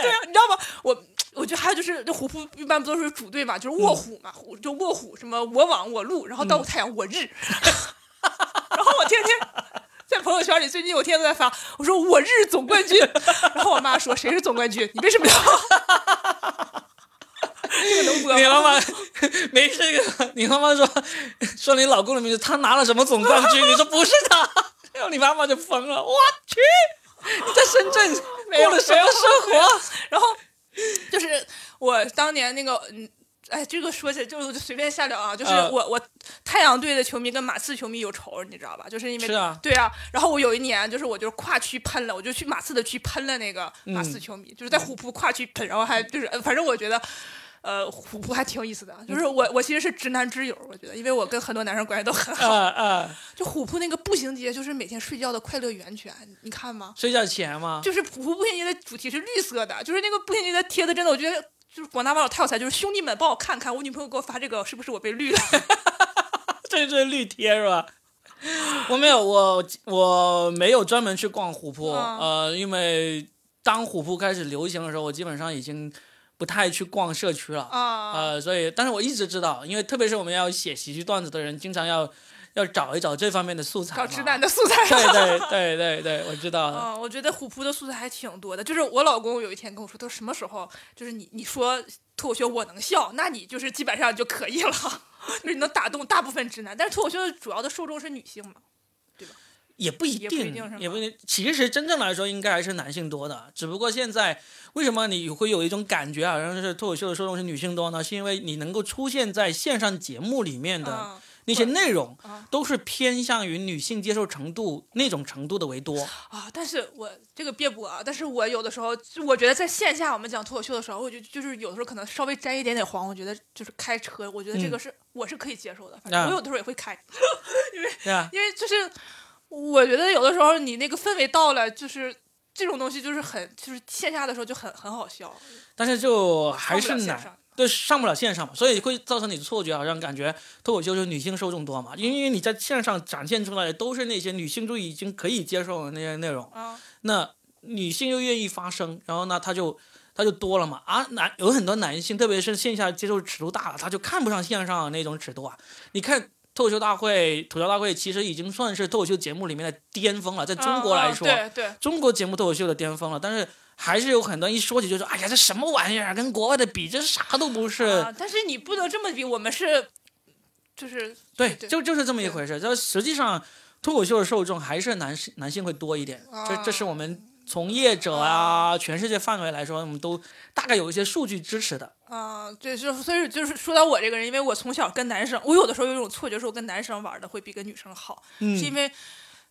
对
耶！
啊，你知道吗？我我觉得还有就是，这虎扑一般不都是主队嘛，就是卧虎嘛，虎就卧虎什么我往我路，然后
嗯
到太阳我日， 然后我天天。在朋友圈里，最近我天天都在发，我说我日总冠军， 然后我妈说谁是总冠军？你为什么要？ 这个能播
你妈
吗？
妈没这个， 你妈妈说说你老公的名字，他拿了什么总冠军？你说不是他， 然后你妈妈就疯了，我去，你在深圳
没有
过了什么生 活？
然后就是我当年那个嗯。哎，这个说起来就就随便瞎聊啊，就是
呃
我、我太阳队的球迷跟马刺球迷有仇，你知道吧？就是因为
是啊
对啊。然后我有一年就是我就是跨区喷了，我就去马刺的区喷了那个
嗯
马刺球迷，就是在虎扑跨区喷，然后还就是呃反正我觉得。呃，虎扑还挺有意思的，啊就是
嗯
我我其实是直男之友，我觉得，因为我跟很多男生关系都很好。
啊啊，
就虎扑那个步行街，就是每天睡觉的快乐源泉，你看吗？
睡觉前吗？
就是普普步行街的主题是绿色的，就是那个步行街的贴的，真的我觉得就是广大网友太有才，就是兄弟们帮我看看，我女朋友给我发这个是不是我被 绿了？
这就是绿贴是吧？ 我没有，我我没有专门去逛虎扑，
嗯
呃，因为当虎扑开始流行的时候，我基本上已经不太去逛社区了，
啊
呃，所以，但是我一直知道，因为特别是我们要写喜剧段子的人，经常要要找一找这方面的素材嘛。
搞直男的素材。
对对对对对，我知道的。
嗯，我觉得虎扑的素材还挺多的。就是我老公有一天跟我说，他说什么时候就是你你说脱口秀我能笑，那你就是基本上就可以了， 就是你能打动大部分直男。但是脱口秀的主要的受众是女性嘛？
也不一
也不一
定，
定是吗
也不一定。其实真正来说，应该还是男性多的。只不过现在为什么你会有一种感觉，好像是脱口秀的受众是女性多呢？是因为你能够出现在线上节目里面的，
嗯，
那些内容
啊
都是偏向于女性接受程度那种程度的为多。
啊，但是我这个别驳啊，但是我有的时候，就我觉得在线下我们讲脱口秀的时候，我就就是有的时候可能稍微沾一点点黄，我觉得就是开车，我觉得这个是、我是可以接受的，反
嗯
正
啊
我有的时候也会开，
对啊，
因为就是我觉得有的时候你那个氛围到了，就是这种东西就是很就是线下的时候就很很好笑，
但是就还
上
是
不了线
难
上，
对，上不了线上嘛，所以会造成你的错觉，好像感觉脱口秀就是女性受众多嘛，因为你在线上展现出来的都是那些女性就已经可以接受的那些内容，
啊，
那女性又愿意发声，然后呢，她就她就多了嘛啊，男有很多男性，特别是线下接受尺度大了，他就看不上线上的那种尺度啊。你看脱口秀大会、吐槽大会，其实已经算是脱口秀节目里面的巅峰了，在中国来说，
啊啊对对，
中国节目脱口秀的巅峰了，但是还是有很多人一说起就说，哎呀，这什么玩意儿，跟国外的比，这啥都不是。
啊，但是你不能这么比，我们是就是
对，
对
就就是这么一回事。但实际上，脱口秀的受众还是男性男性会多一点，这这是我们从业者啊，全世界范围来说，我们都大概有一些数据支持的。
啊，对，就所以就是说到我这个人，因为我从小跟男生，我有的时候有一种错觉，说我跟男生玩的会比跟女生好，是因
嗯，
为，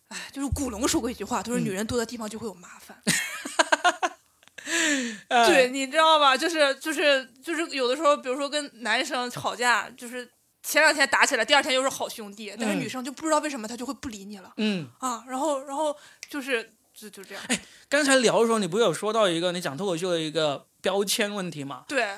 哎，就是古龙说过一句话，他说女人多的地方就会有麻烦。
呃
对，你知道吧？就是就是就是有的时候，比如说跟男生吵架，就是前两天打起来，第二天又是好兄弟，但是
嗯
女生就不知道为什么她就会不理你了、
嗯，
啊。然后然后就是就就这样，
刚才聊的时候，你不是有说到一个你讲脱口秀的一个标签问题吗？
对，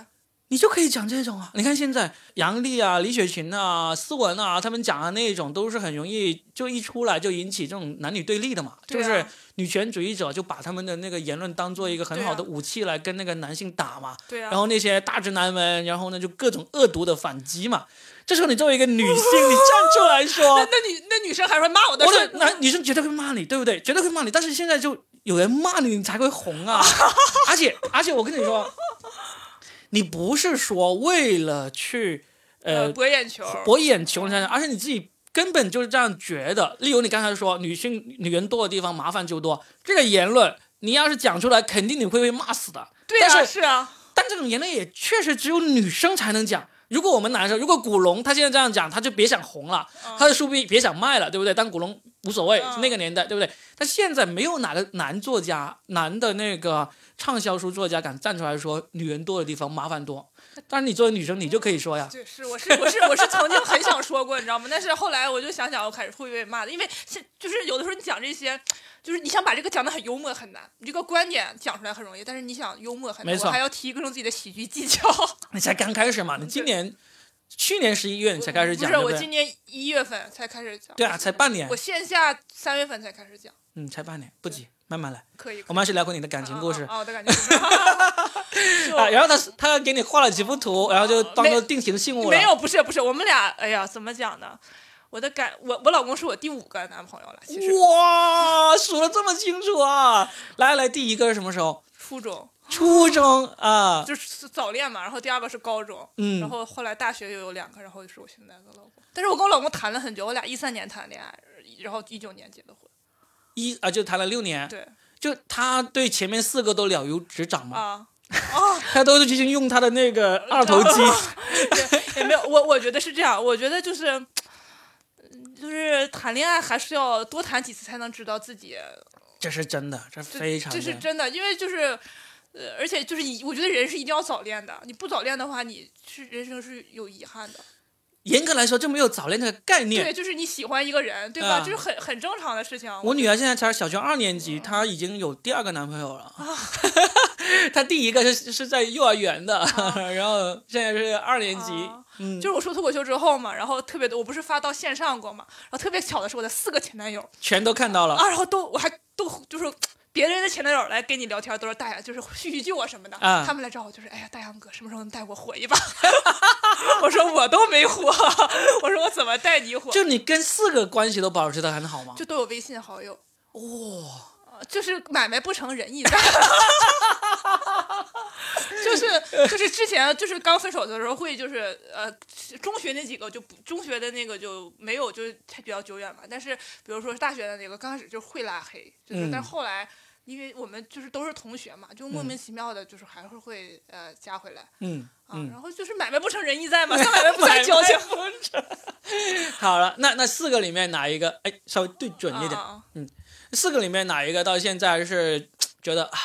你就可以讲这种啊！你看现在杨笠啊、李雪琴啊、思文啊，他们讲的那种都是很容易就一出来就引起这种男女对立的嘛，
对
就
啊
是女权主义者就把他们的那个言论当做一个很好的
对啊
武器来跟那个男性打嘛，
对啊
然后那些大直男们，然后呢就各种恶毒的反击嘛。这时候你作为一个女性，你站出来
那
说，
那女那女生还会骂我的
我
事
的男女生绝对会骂你，对不对？绝对会骂你，但是现在就有人骂你，你才会红 啊！而且而且我跟你说，你不是说为了去呃
博眼球，
博眼球你才能，而是你自己根本就是这样觉得。例如你刚才说女性女人多的地方麻烦就多，这个言论你要是讲出来，肯定你会被骂死的。
对啊
但是
是啊，
但这种言论也确实只有女生才能讲。如果我们男生，如果古龙他现在这样讲，他就别想红了，他的书别别想卖了，对不对？但古龙无所谓，
嗯
是那个年代，对不对？但现在没有哪个男作家、男的那个畅销书作家敢站出来说女人多的地方麻烦多。但是你作为女生，你就可以说呀，
对，是我是我是我是曾经很想说过，你知道吗？但是后来我就想想，我开始会被骂的，因为现就是有的时候你讲这些，就是你想把这个讲的很幽默很难，你这个观点讲出来很容易，但是你想幽默很难，
没错
我还要提各种自己的喜剧技巧。
你才刚开始嘛，你今年、去年十一月 你才开始讲，
不是
对
我
不
今
对？
年一月份才开始讲，
对啊，才半年
我，线下三月份才开始讲，
嗯，才半年，不急，慢慢来。
可以。
我们还是聊回你的哦感情故事
啊，啊啊我的感觉是 就
啊，然后他他给你画了几幅图，然后就当做定情信物了。
哦没有，不是不是，我们俩，哎呀，怎么讲呢？我的感，我我老公是我第五个男朋友了，其
哦
实
哇，数的这么清楚啊！来来，第一个是什么时候？
初中。
初中啊，
就是早恋嘛，然后第二个是高中，
嗯
然后后来大学又有两个，然后就是我现在的老公。但是我跟我老公谈了很久，我俩一三年谈恋爱，然后一九年结的婚。
一啊就谈了六年，
对
就他对前面四个都了如指掌嘛，
啊，哦，
他都已经用他的那 个二头肌，
啊也没有，我我觉得是这样，我觉得就是，嗯就是谈恋爱还是要多谈几次才能知道自己，
这是真的，这
这
非常
这是
真
真的，因为就是。呃，而且就是你，我觉得人是一定要早恋的。你不早恋的话，你是人生是有遗憾的。
严格来说，这没有早恋这个概
对，
念。
就是你喜欢一个人，对吧？
啊
这是很很正常的事情。
我女儿现在才小学二年级，她已经有第二个男朋友了。
啊
她第一个是是在幼儿园的， 然后现在是二年级。
啊
嗯，
就是我说脱口秀之后嘛，然后特别的，我不是发到线上过嘛，然后特别巧的是我的四个前男友
全都看到了
啊，然后都我还都就是别人的前男友来跟你聊天都是大洋，就是叙叙旧啊什么的，
啊
他们来找我就是哎呀大洋哥什么时候能带我火一把？ 我说我都没火，我说我怎么带你火？
就你跟四个关系都保持的很好吗？
就都有微信好友，
哇、
呃就是买卖不成仁义 在。就是就是之前就是刚分手的时候会就是呃中学那几个就不中学的那个就没有就是太比较久远嘛，但是比如说大学的那个刚开始就会拉黑，就是、
嗯
但后来。因为我们就是都是同学嘛，就莫名其妙的，就是还是会呃加回来
嗯
啊。
嗯，。
然后就是买卖不成仁义在嘛，像买卖不成交情
好了，那那四个里面哪一个？哎，稍微对准一点，
啊
四个里面哪一个到现在是觉得啊？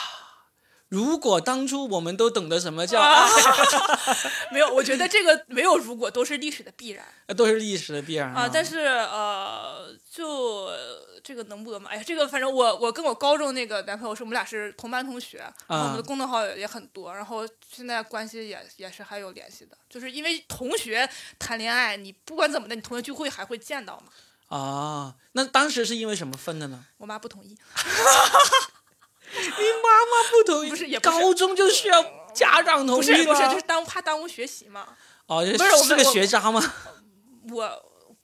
如果当初我们都懂得什么叫
啊
爱，
没有，我觉得这个没有如果，都是历史的必然
啊都是历史的必然
啊。但是呃，就这个能不得吗？哎呀，这个反正我我跟我高中那个男朋友是我们俩是同班同学，然后我们的
嗯
公众号也也很多，然后现在关系也也是还有联系的，就是因为同学谈恋爱，你不管怎么的，你同学聚会还会见到嘛。
啊，那当时是因为什么分的呢？
我妈不同意，
你妈妈不同意，
不是也不是
高中就需要家长同
不
意
是
吗？
不是，就是耽误怕耽误学习嘛。
哦，
不是我
是
们
个
我
学渣吗？
我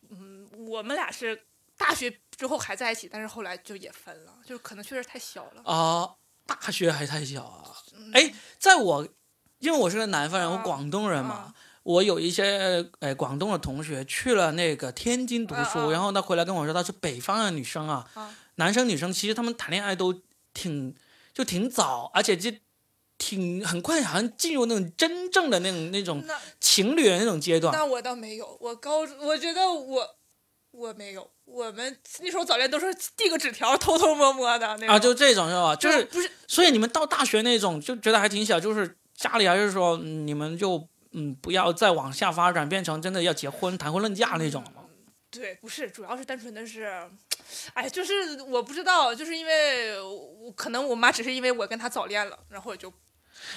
嗯，我们俩是大学之后还在一起，但是后来就也分了，就是可能确实太小了。
啊，大学还太小啊！哎，在我，因为我是个南方人，我
嗯啊
广东人嘛
啊，
我有一些呃广东的同学去了那个天津读书，
啊啊
然后他回来跟我说，他是北方的女生啊，
啊
男生女生其实他们谈恋爱都挺就挺早，而且就挺很快，好像进入那种真正的那种那种
那
情侣的那种阶段。
那我倒没有，我高中我觉得我我没有，我们那时候早恋都是递个纸条，偷偷摸摸的那种。
啊，就这种是吧？就
就是
是，
不是
所以你们到大学那种就觉得还挺小，就是家里还是说嗯你们就嗯不要再往下发展，变成真的要结婚谈婚论嫁那种了
嗯
吗？
对，不是，主要是单纯的是，哎，就是我不知道，就是因为我可能我妈只是因为我跟她早恋了，然后我就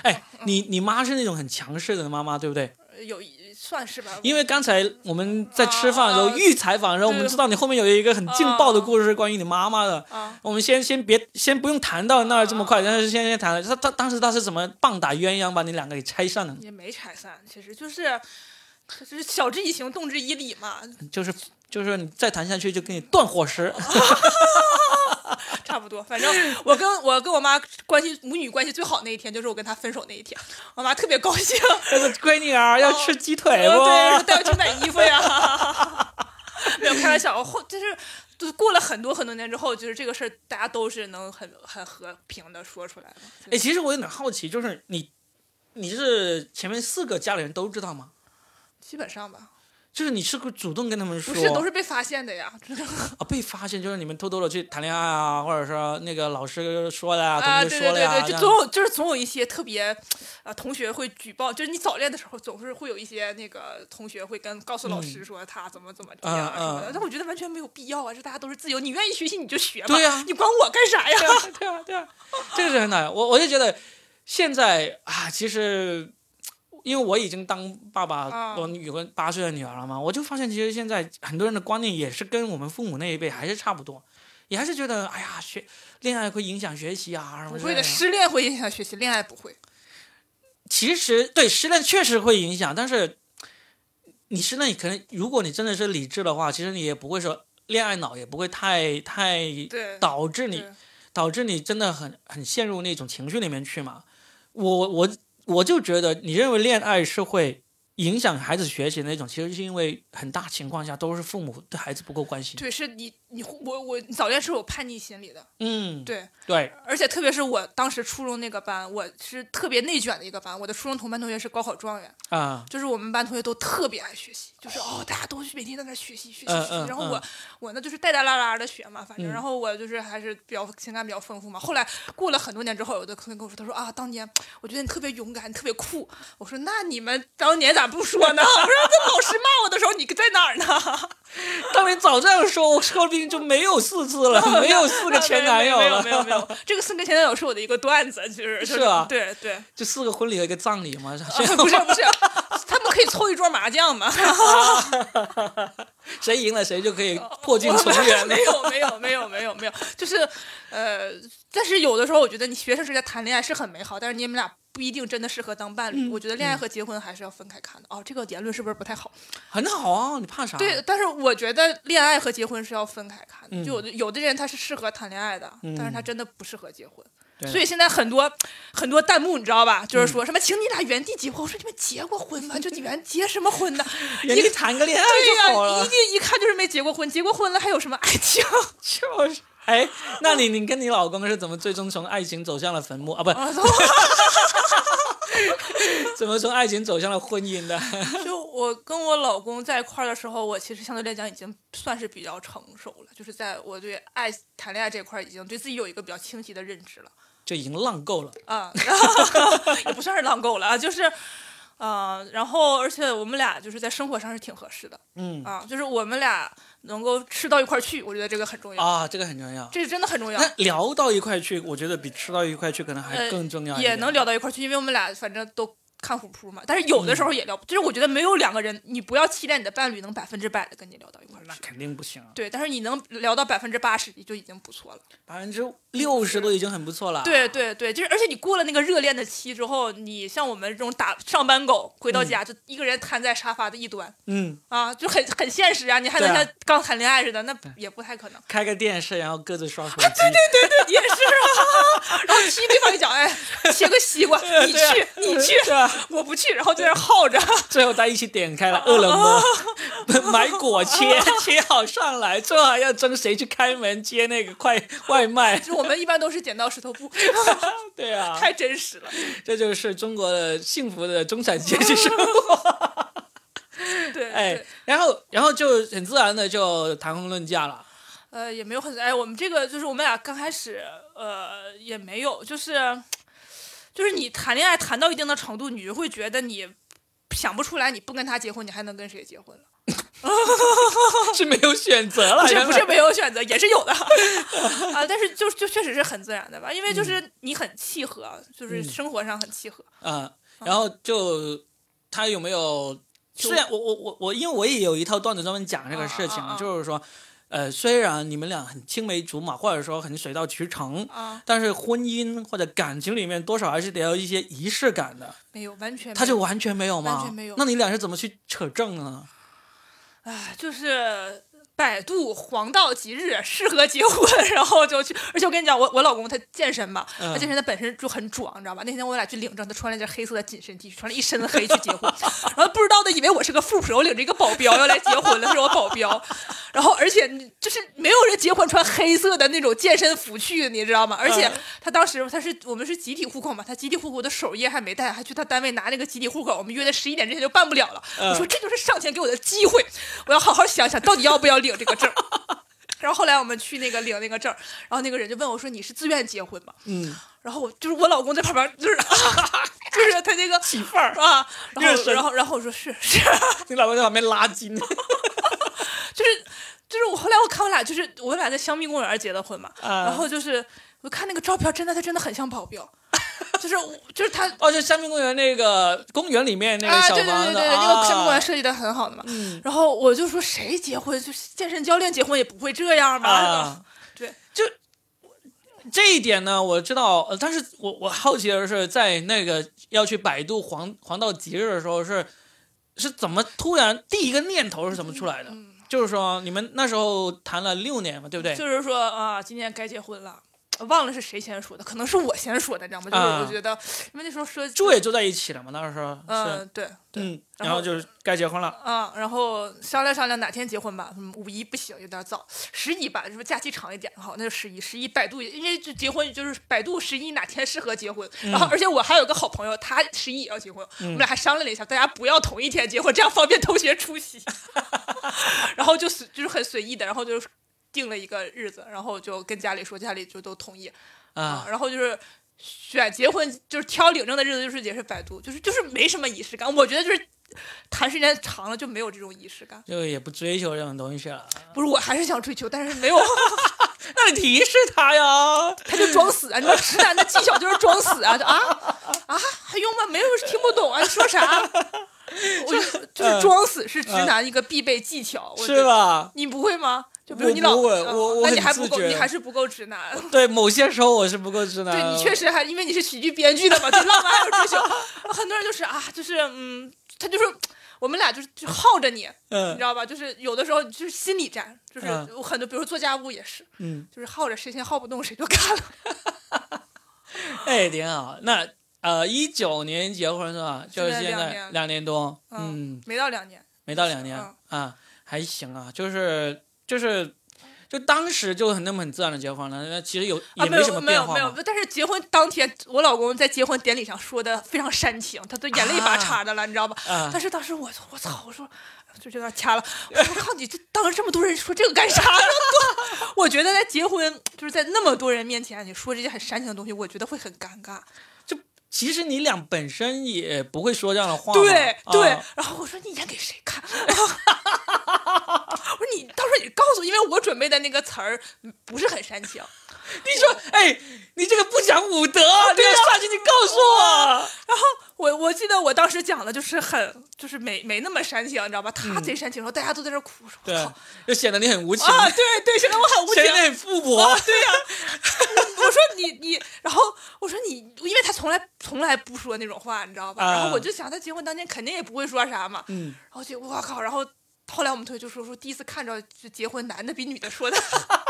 哎，你你妈是那种很强势的妈妈，对不对？
呃有一算是吧，
因为刚才我们在吃饭的时
啊
候
啊
预采访的时候，我们
对哦
知道你后面有一个很劲爆的故事是关于你妈妈的。
啊
我们先先别先不用谈到那儿这么
哦
快，但是先先谈了，他他当时他是怎么棒打鸳鸯把你两个给拆散的？
也没拆散，其实就是就是晓之以情，动之以理嘛，
就是就是说你再谈下去就给你断伙 食。
差不多。反正我跟我跟我妈关系母女关系最好那一天，就是我跟她分手那一天，我妈特别高兴，
但是闺女儿要吃鸡腿不？
哦对，说带我去买衣服呀。 没有开玩笑，后就是就是过了很多很多年之后，就是这个事儿大家都是能很很和平的说出来的。
哎，其实我有点好奇，就是你，你是前面四个家里人都知道吗？
基本上吧，
就是你是会主动跟他们说，
不是都是被发现的呀，
啊被发现，就是你们偷偷的去谈恋爱啊，或者说那个老师说的呀、
啊，
同
对
学
对
说的呀、
对
这
对，就
样
总有就是总有一些特别，呃，同学会举报，就是你早恋的时候，总是会有一些那个同学会跟告诉老师说他怎么怎么这样啊
嗯
什么
嗯
的，但我觉得完全没有必要啊，这大家都是自由，你愿意学习你就学吧，
对呀
你管我干啥呀？
对啊，对啊，这个是很难。我我就觉得现在啊，其实因为我已经当爸爸，
啊
我有个八岁的女儿了嘛，我就发现其实现在很多人的观念也是跟我们父母那一辈还是差不多，也还是觉得哎呀学恋爱会影响学习啊什么
不
之类
会的，失恋会影响学习，恋爱不会。
其实对失恋确实会影响，但是你失恋，你可能如果你真的是理智的话，其实你也不会说恋爱脑，也不会太太
对，
导致你
对
导致你真的很很陷入那种情绪里面去嘛。我我我就觉得，你认为恋爱是会影响孩子学习的那种，其实是因为很大情况下都是父母对孩子不够关心。
对，是你你我我早恋是有叛逆心理的，
嗯，
对，
对，
而且特别是我当时初中那个班，我是特别内卷的一个班，我的初中同班同学是高考状元，
啊、
就是我们班同学都特别爱学习，就是哦，大家都每天在那儿学习学习
嗯
学习，
嗯
然后
嗯
我我呢就是带带拉拉的学嘛，反正
嗯
然后我就是还是比较情感比较丰富嘛。后来过了很多年之后，有的同学跟我说，他说啊，当年我觉得你特别勇敢，你特别酷。我说那你们当年咋不说呢？我 说这老师骂我的时候你在哪儿 呢？
当年早这样说，我说不定就没有四次 了，没有四个前男友
没
了
有，没有没有，这个四个前男友是我的一个段子，就是就是
啊
对对，
就四个婚礼和一个葬礼嘛， 谁
不是不是，他们可以凑一桌麻将 嘛。
谁赢了谁就可以破镜重圆 了
没。有没有没有没有没有，就是呃，但是有的时候我觉得你学生时代谈恋爱是很美好，但是你们俩不一定真的适合当伴侣。我觉得恋爱和结婚还是要分开看的。哦，这个言论是不是不太好？
很好啊，你怕啥？
对，但是我觉得恋爱和结婚是要分开看的。
嗯
就有的有的人他是适合谈恋爱的，但是他
嗯
真的不适合结婚。
对嗯
所以现在很多很多弹幕你知道吧？就是说什么请你俩原地结婚，我说你们结过婚吗？就你原结什么 婚呢？
人家谈个恋爱
对
就
呀、
好
一
了，
定一看就是没结过婚，结过婚了还有什么爱情？
就是哎，那你你跟你老公是怎么最终从爱情走向了坟墓啊？不，
啊，
怎么从爱情走向了婚姻的？
就我跟我老公在一块儿的时候，我其实相对来讲已经算是比较成熟了，就是在我对爱谈恋爱这块儿已经对自己有一个比较清晰的认知了
就已经浪够了。
啊， 也不算是浪够了啊，就是。呃，然后而且我们俩就是在生活上是挺合适的
嗯
啊，就是我们俩能够吃到一块儿去，我觉得这个很重要，
啊，这个很重要。
这是真的很重要。
那聊到一块去，我觉得比吃到一块去可能还
呃
更重要一点。
也能聊到一块儿去，因为我们俩反正都看虎扑嘛。但是有的
嗯
时候也聊，就是我觉得没有两个人，你不要期待你的伴侣能百分之百的跟你聊到一块儿
那
去。
肯定不行啊，
对，但是你能聊到百分之八十，你就已经不错了。
百分之六十都已经很不错了。
对对对，就是而且你过了那个热恋的期之后，你像我们这种打上班狗，回到家就一个人瘫在沙发的一端
嗯，
啊，就很很现实啊。你还能
对啊
像刚谈恋爱似的，那也不太可能。
开个电视，然后各自刷手机。对对
也是啊，然后踢对方一脚，哎，切个西瓜， 你
对啊
去你去，
对啊，
我不去，然后在那儿耗着。
最后在一起点
哦
开了饿了么， 买果切， 切好上来，最后还要争谁去开门接那个快外 卖。
就我们一般都是剪刀石头 布，
对啊，
太真实了。
这就是中国的幸福的中产阶 级生活。
对，
哎
对，
然后然后就很自然的就谈婚论嫁了。
呃，也没有很哎，我们这个就是我们俩刚开始，呃，也没有，就是就是你谈恋爱谈到一定的程度，你就会觉得你想不出来，你不跟他结婚，你还能跟谁结 婚了？
是没有选择了，
不是
原
哦不
来
是没有选择，也是有的 啊，但是就就确实是很自然的吧，因为就是你很契合，啊就是
嗯
生活上很契合。
啊、然后就他有没有？
嗯就
虽然我我我我，因为我也有一套段子专门讲这个事情，
啊啊啊
就是说，呃，虽然你们俩很青梅竹马，或者说很水到渠成，
啊，
但是婚姻或者感情里面多少还是得要一些仪式感的。
没有，完全没有
他就完全没有吗？
完全没有
那你俩是怎么去扯证呢？
哎，就是百度黄道吉日适合结婚， 然后就去。而且我跟你讲，我我老公他健身嘛，
嗯
他健身他本身就很壮，你知道吧？那天我俩去领证，他穿了一件黑色的紧身 T 恤，穿了一身的黑去结婚， 然后不知道的以为我是个富婆，我领着一个保镖要来结婚了，是我保镖。然后而且你就是没有人结婚穿黑色的那种健身服去，你知道吗？而且
嗯
他当时他是我们是集体户口嘛，他集体户口的首页还没带，还去他单位拿那个集体户口，我们约在十一点之前就办不了了。
嗯
我说这就是上天给我的机会，我要好好想想到底要不要领这个证儿。 然后后来我们去那个领那个证儿，然后那个人就问我说：“你是自愿结婚吗
嗯，？”
然后我就是我老公在旁边就是 就是他那个
媳妇儿，
啊，然
热
后
身
然后然后我说是是，
你老公在旁边拉筋，
就是就是我后来我看我俩就是我俩在香蜜公园结的婚嘛，
啊
然后就是我看那个照片，真的他真的很像 保镖，就是我就是他
哦，就香槟公园那个公园里面那个
啊，
小
对对
房
对对
子，
对，那个香蜜公
啊嗯
园设计的很好的嘛。然后我就说谁结婚就是健身教练结婚也不会这样 吧？
啊，
对，
就这一点呢，我知道，呃，但是我我好奇的是，在那个要去百度黄黄道吉日的时候是，是怎么突然第一个念头是怎么出
嗯
来的？就是说，你们那时候谈了六年嘛，对不对？
就是说啊，今年该结婚了。忘了是谁先说的，可能是我先说的，你知道吗？就是
啊
我觉得，因为那时候说
住也住在一起了嘛，那时候是，
嗯，对，
嗯，
然
然后
后
就是该结婚了，
啊，然后商量商量哪天结婚吧。嗯，五一不行，有点早，十一吧，是不是假期长一点？好，那就十一。十一百度，因为就结婚就是百度十一哪天适合结婚。然后，而且我还有个好朋友，他十一也要结婚，我们俩还商量了一下，大家不要同一天结婚，这样方便同学出席。 然后就随就是很随意的，然后就是定了一个日子，然后就跟家里说，家里就都同意
啊，
然后就是。选结婚就是挑领证的日子，就是也是百度，就是就是没什么仪式感。我觉得就是谈时间长了就没有这种仪式感。
就也不追求这种东西了。
不是，我还是想追求，但是 没有，
那你提示他呀，
他就装死啊！你说直男的技巧就是装死啊！就啊啊，还用吗？没有听不懂啊！你说啥？ 我就就是装死是直男一个必备技巧，我觉
嗯是
得？
吧？
你不会吗？就比如你
我
老，
不会
啊
我我
那
很
你还不
自
够，
觉
你还是不够直男。
对，某些时候我是不够直男
对
的。
你确实还因为你是喜剧编剧的嘛，对浪漫还有 追求。很多人就是啊，就是嗯，他就是我们俩就是就耗着你，你
嗯
知道吧？就是有的时候就是心理战，就是
嗯
我很多，比如说做家务也是，
嗯。
就是耗着谁先耗不动谁就干了。
哎，挺好。那呃，一九年结婚是吧？就是
现在
现
两
在
年
两年多，
嗯
嗯，
没到两年，
没到两年
嗯
啊，还行啊，就是就是就当时就很那么很自然的结婚了，那其实有
啊，
也
没有
什么
没
变
有
化
没有
嘛。，
但是结婚当天，我老公在结婚典礼上说的非常煽情，他都眼泪巴叉的了，你知道吧？
啊
但是当时我说我操，我说就有点掐了，我说靠你这当着这么多人说这个干啥？多， 我觉得在结婚就是在那么多人面前，你说这些很煽情的东西，我觉得会很尴尬。
就其实你俩本身也不会说这样的话嘛。
对
啊
对，然后我说你演给谁看？ 然后我说你到时候你告诉我，因为我准备的那个词儿不是很煽 情。
你说，哎，你这个不讲武德，
啊
你要下去你告诉
哦
我。
然后我我记得我当时讲的就是很就是没没那么煽情，你知道吧？他贼煽情，然后大家都在这哭，说
嗯对
我靠，
就显得你很无情，
啊，对对，显得我很无情啊
显。得你很富 婆。
哦对呀、我说你你，然后我说你，因为他从来从来不说那种话，你知道吧？
啊
然后我就想他结婚当天肯定也不会说啥嘛，
嗯，
然后就我靠，然后后来我们同学就说说第一次看着就结婚男的比女的说的，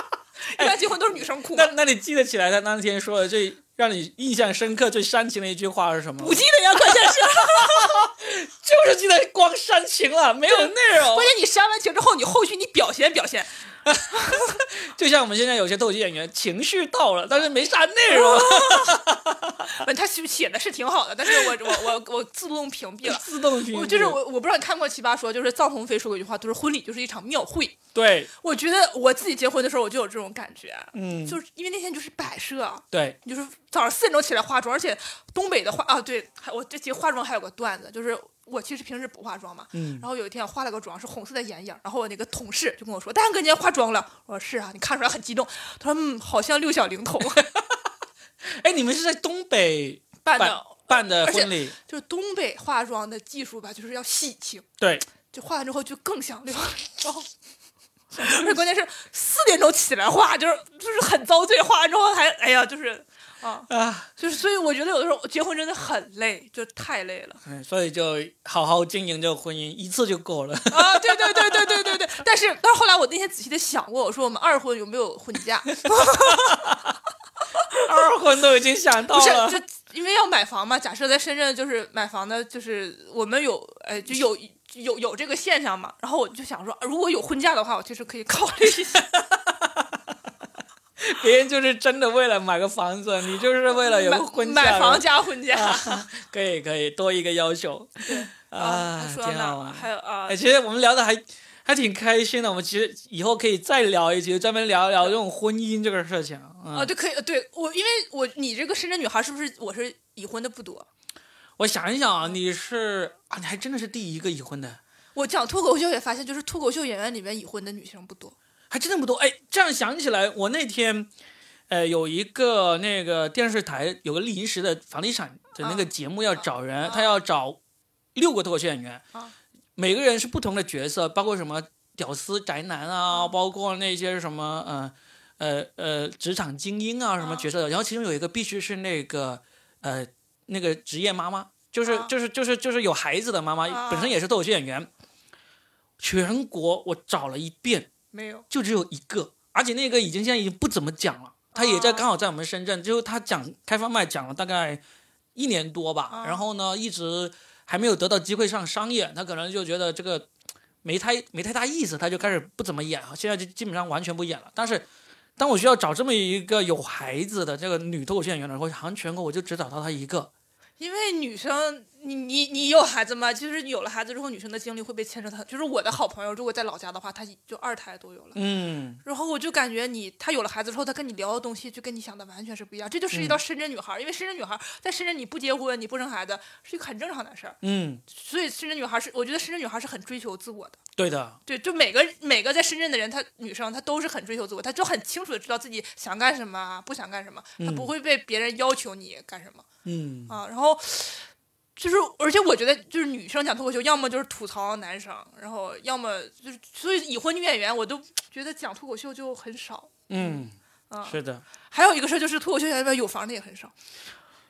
一般结婚都是女生哭嘛
那。那你记得起来他那天说的最让你印象深刻、最煽情的一句话是什么吗？
不记得呀，关键是
就是记得光煽情了，没有内容
关。键你煽完情之后，你后续你表现表现，
就像我们现在有些斗鸡演员，情绪到了，但是没啥内容，
不嗯他写写的是挺好的，但是我我我我自动屏 蔽了。
自动屏蔽
我就是我，我不知道你看过《奇葩说》，就是臧鸿飞说过一句话，就是婚礼就是一场庙会。
对，
我觉得我自己结婚的时候，我就有这种感觉，
嗯，
就是因为那天就是摆设，
对，
你就是早上四点钟起来化妆，而且东北的化啊，对，还我这其实化妆还有个段子，就是我其实平时不化妆嘛，
嗯
然后有一天我化了个妆，是红色的眼影，然后我那个同事就跟我说：“大哥，你也化妆了？”我说：“是啊，你看出来很激动。”他说：“嗯，好像六小龄童
哎，你们是在东北
办
办
的，
办的婚礼？
就是东北化妆的技术吧，就是要细情，
对，
就化完之后就更像六小龄童。” 而且关键是四点钟起来化，就是就是很遭罪，化完之后还哎呀，就是啊，
啊，
就是所以我觉得有的时候结婚真的很累，就太累了。
嗯所以就好好经营这个婚姻，一次就够了。
啊，对对对对对对对。但是，但是后来我那天仔细的想过，我说我们二婚有没有婚 嫁？
二婚都已经想到
不是，
了，
就因为要买房嘛。假设在深圳就是买房的，就是我们有呃就有有有这个现象嘛。然后我就想说，如果有婚嫁的话，我其实可以考虑一下
别人就是真的为了买个房子，你就是为了有
买
个婚嫁
买房
是
加婚嫁
吧。啊，可以可以，多一个要求
啊，
挺
说
好
呢，
玩。
还有啊
哎，，其实我们聊的还还挺开心的，我们其实以后可以再聊一集，专门聊一聊这种婚姻这个事情啊
啊，对，可以，对我，因为我你这个深圳女孩是不是我是已婚的不多？
我想一想啊，你是啊，你还真的是第一个已婚的，
我讲脱口秀也发现，就是脱口秀演员里面已婚的女性不多。
还真的不多。哎，这样想起来，我那天，呃，有一个那个电视台有个临时的房地产的那个节目要找人，
啊
他要找六个脱口秀演员，
啊
每个人是不同的角色，包括什么屌丝宅男啊，包括那些什么呃呃呃职场精英啊什么角色的。然后其中有一个必须是那个呃那个职业妈妈，就是、
啊
就是就是就是有孩子的妈妈，
啊
本身也是脱口秀演员。全国我找了一遍，
没有，
就只有一个，而且那个已经现在已经不怎么讲了。他也在刚好在我们深圳，就是他讲开放麦讲了大概一年多吧，
啊
然后呢一直还没有得到机会上商演，他可能就觉得这个没太没太大意思，他就开始不怎么演了，现在就基本上完全不演了。但是当我需要找这么一个有孩子的这个女脱口秀演员的时候，好像全国我就只找到她一个。
因为女生，你你你有孩子吗？就是有了孩子之后，女生的精力会被牵扯很。就是我的好朋友，如果在老家的话，她就二胎都有了。
嗯，
然后我就感觉你，她有了孩子之后，她跟你聊的东西就跟你想的完全是不一样。这就涉及到深圳女孩儿，因为深圳女孩儿在深圳你不结婚，你不生孩子是一个很正常的事儿。
嗯，
所以深圳女孩儿是，我觉得深圳女孩儿是很追求自我的。
对的，
对，就每个每个在深圳的人，她女生她都是很追求自我，她就很清楚的知道自己想干什么，啊不想干什么，她
嗯
不会被别人要求你干什么。
嗯，
啊，然后就是，而且我觉得就是女生讲脱口秀，要么就是吐槽男生，然后要么就是，所以已婚女演员我都觉得讲脱口秀就很少。
嗯，
啊
是的。
还有一个事儿就是，脱口秀演员有房的也很少，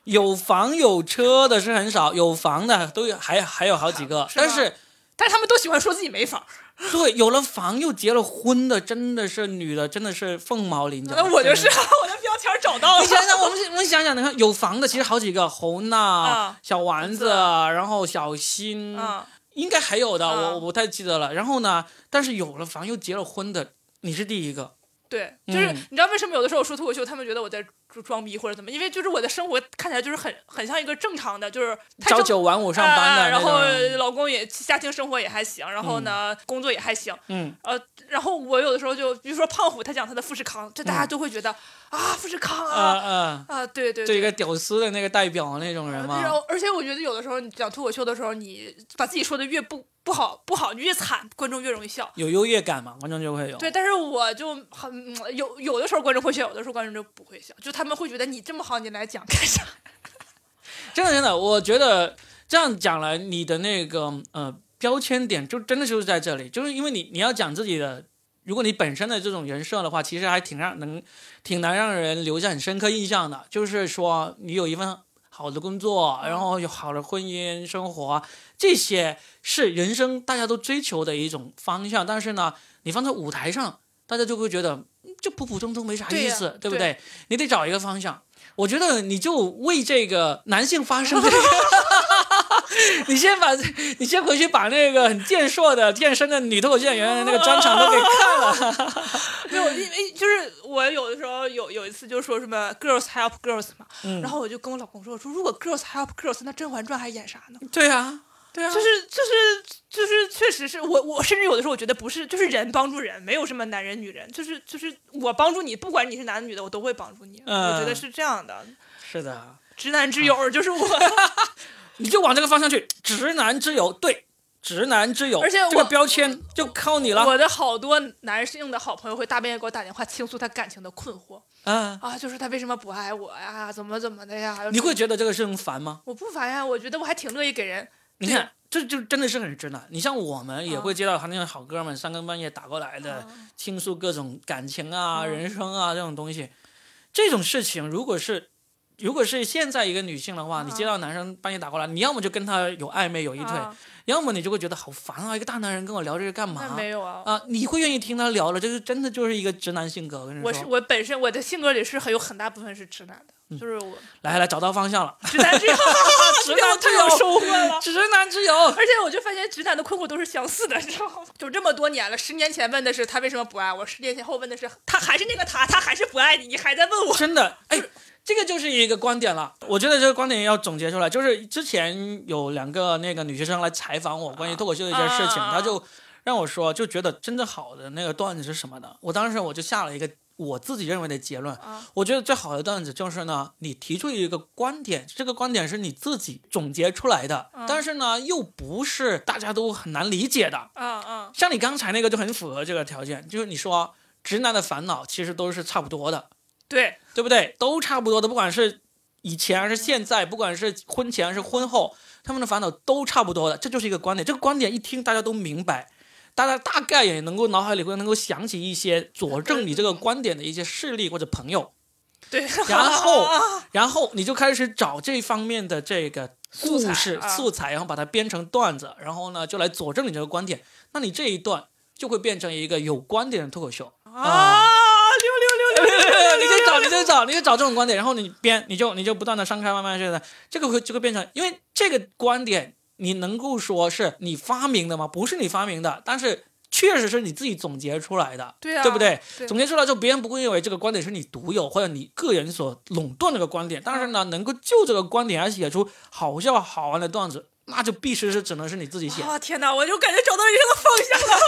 有房有车的是很少，有房的都有，还还有好几个。
是吗
但是
但是他们都喜欢说自己没房。
对，有了房又结了婚的，真的是女的，真的是凤毛麟角。
那我就是
真的。
我的标签儿找到了
你。想想，我们我们想想，你看有房的其实好几个，侯娜、
啊
小丸
是
子，然后小新，
啊，
应该还有的，
啊
我我不太记得了。然后呢，但是有了房又结了婚的，你是第一个。
对，就是
嗯
你知道为什么有的时候我说脱口秀，他们觉得我在装装逼或者怎么？因为就是我的生活看起来就是很很像一个正常的，就是太
朝
正
九晚五上班
啊
的那
然
种，
后老公也家庭生活也还行，然后呢、工作也还行，
嗯，
呃，然后我有的时候就比如说胖虎他讲他的富士康，这大家都会觉得、啊富士康
啊
啊
嗯啊，
啊对对
就一个屌丝的那个代表那种人
然
嘛，
后，而且我觉得有的时候你讲脱口秀的时候，你把自己说的越不不好不好，你越惨，观众越容易笑。
有优越感嘛，观众就会有。
对，但是我就很嗯有有的时候观众会笑，有的时候观众就不会笑，就他们会觉得你这么好，你来讲干啥？
真的真的，我觉得这样讲来，你的那个呃标签点就真的就是在这里，就是因为你你要讲自己的，如果你本身的这种人设的话，其实还挺让能挺难让人留下很深刻印象的。就是说，你有一份好的工作，
嗯
然后有好的婚姻生活，这些是人生大家都追求的一种方向。但是呢，你放在舞台上，大家就会觉得嗯就普普通通没啥
对
意
呀
思，对不
对
对？你得找一个方向。我觉得你就为这个男性发 声这个你先把你先回去把那个很健硕的健身的女脱口秀演员的那个专场都给看了。
没有，因为就是我有的时候有有一次就说什么 girls help girls 嘛，
嗯
然后我就跟我老公说，我说如果 girls help girls，那《甄嬛传》还演啥呢？
对啊，对啊，
就是就是就是，确实是我我甚至有的时候我觉得不是，就是人帮助人，没有什么男人女人，就是就是我帮助你，不管你是男的女的，我都会帮助你。
嗯
我觉得是这样的，
是的，
直男之友就是我，
你就往这个方向去，直男之友，对，直男之友，
而且我
这个标签就靠你了。
我的好多男性的好朋友会大半夜给我打电话倾诉他感情的困惑
嗯，
啊，就是他为什么不爱我呀，怎么怎么的呀？
你会觉得这个事情烦吗？
我不烦呀，我觉得我还挺乐意给人。
你看，这就真的是很直男。你像我们
嗯
也会接到他那种好哥们三更半夜打过来的，倾诉各种感情啊、
嗯
人生啊这种东西。这种事情，如果是如果是现在一个女性的
嗯
话，你接到男生半夜打过来，你要么就跟他有暧昧有一腿，
啊，
要么你就会觉得好烦啊，一个大男人跟我聊这个干
那
嘛？
没有啊。
啊，你会愿意听他聊了，这是真的就是一个直男性格。我跟你说，
我是我本身我的性格里是很有很大部分是直男
嗯
的，就是我
来来找到方向了，
直 男之友，
直男
对我太
之
有
友，
收获了。
直男之友，
而且我就发现直男的困惑都是相似的，你知道吗？ 就这么多年了，十年前问的是他为什么不爱我，十年前后问的是他还是那个他，他还是不爱你，你还在问我。
真的哎。这个就是一个观点了，我觉得这个观点要总结出来。就是之前有两个那个女学生来采访我关于脱口秀的一件事情，
啊
她就让我说，就觉得真正好的那个段子是什么的。我当时我就下了一个我自己认为的结论，
啊
我觉得最好的段子就是呢，你提出一个观点，这个观点是你自己总结出来的，
嗯
但是呢，又不是大家都很难理解的。
啊啊！
像你刚才那个就很符合这个条件，就是你说直男的烦恼其实都是差不多的，
对，
对不对？都差不多的，不管是以前还是现在，不管是婚前还是婚后，他们的烦恼都差不多的，这就是一个观点。这个观点一听大家都明白，大家大概也能够脑海里会能够想起一些佐证你这个观点的一些事例或者朋友。
对，啊
然 后，然后你就开始找这方面的这个故事
素材
素材,、
啊
然后把它编成段子，然后呢，就来佐证你这个观点。那你这一段就会变成一个有观点的脱口秀
啊，六六六六，
你就找，你就找，你就找这种观点，然后你编，你就你就不断的商开慢慢去的，这个会就会变成，因为这个观点你能够说是你发明的吗？不是你发明的，但是确实是你自己总结出来的，
对啊
对不对？
对
总结出来之后，别人不会认为这个观点是你独有或者你个人所垄断的这个观点，但是呢，能够就这个观点而啊写出好笑好玩的段子，那就必须是只能是你自己写。
啊天哪，我就感觉找到人生的方向了。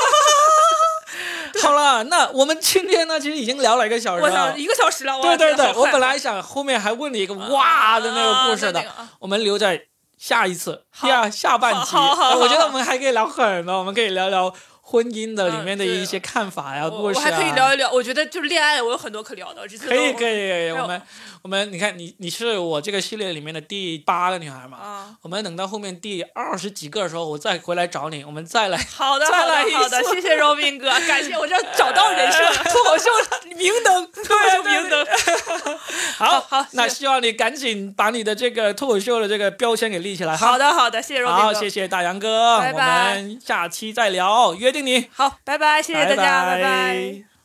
好了，那我们今天呢，其实已经聊了一个小时
我操，
了。
一个小时了，
对对对，我本来
啊
想后面还问你一个哇的那个故事的，
那那个啊
我们留在下一次
好
第二下半集。
好好好
呃我觉得
好
我们还可以聊很多，我们可以聊聊婚姻的里
嗯
面的
对
一些看法呀、
我
故事啊。
我还可以聊一聊，我觉得就是恋爱，我有很多可聊的。这次
可以
都
可以可以，
有
我们我们你看你你是我这个系列里面的第八个女孩嘛，
啊，
我们等到后面第二十几个的时候，我再回来找你，我们再来。
好的
再
好
来一
的好的，
次
谢谢 Robin 哥，感谢我这 找到人生了，脱口秀明 灯，脱口秀 明灯。
好
好好
那
谢谢
希望你赶紧把你的这个脱口秀的这个标签给立起来哈。
好的好的，谢谢 Robin
好，
哥，
谢谢大杨哥，
拜拜
我们下期再聊，约定你，
好，拜拜，谢谢大家，拜
拜
拜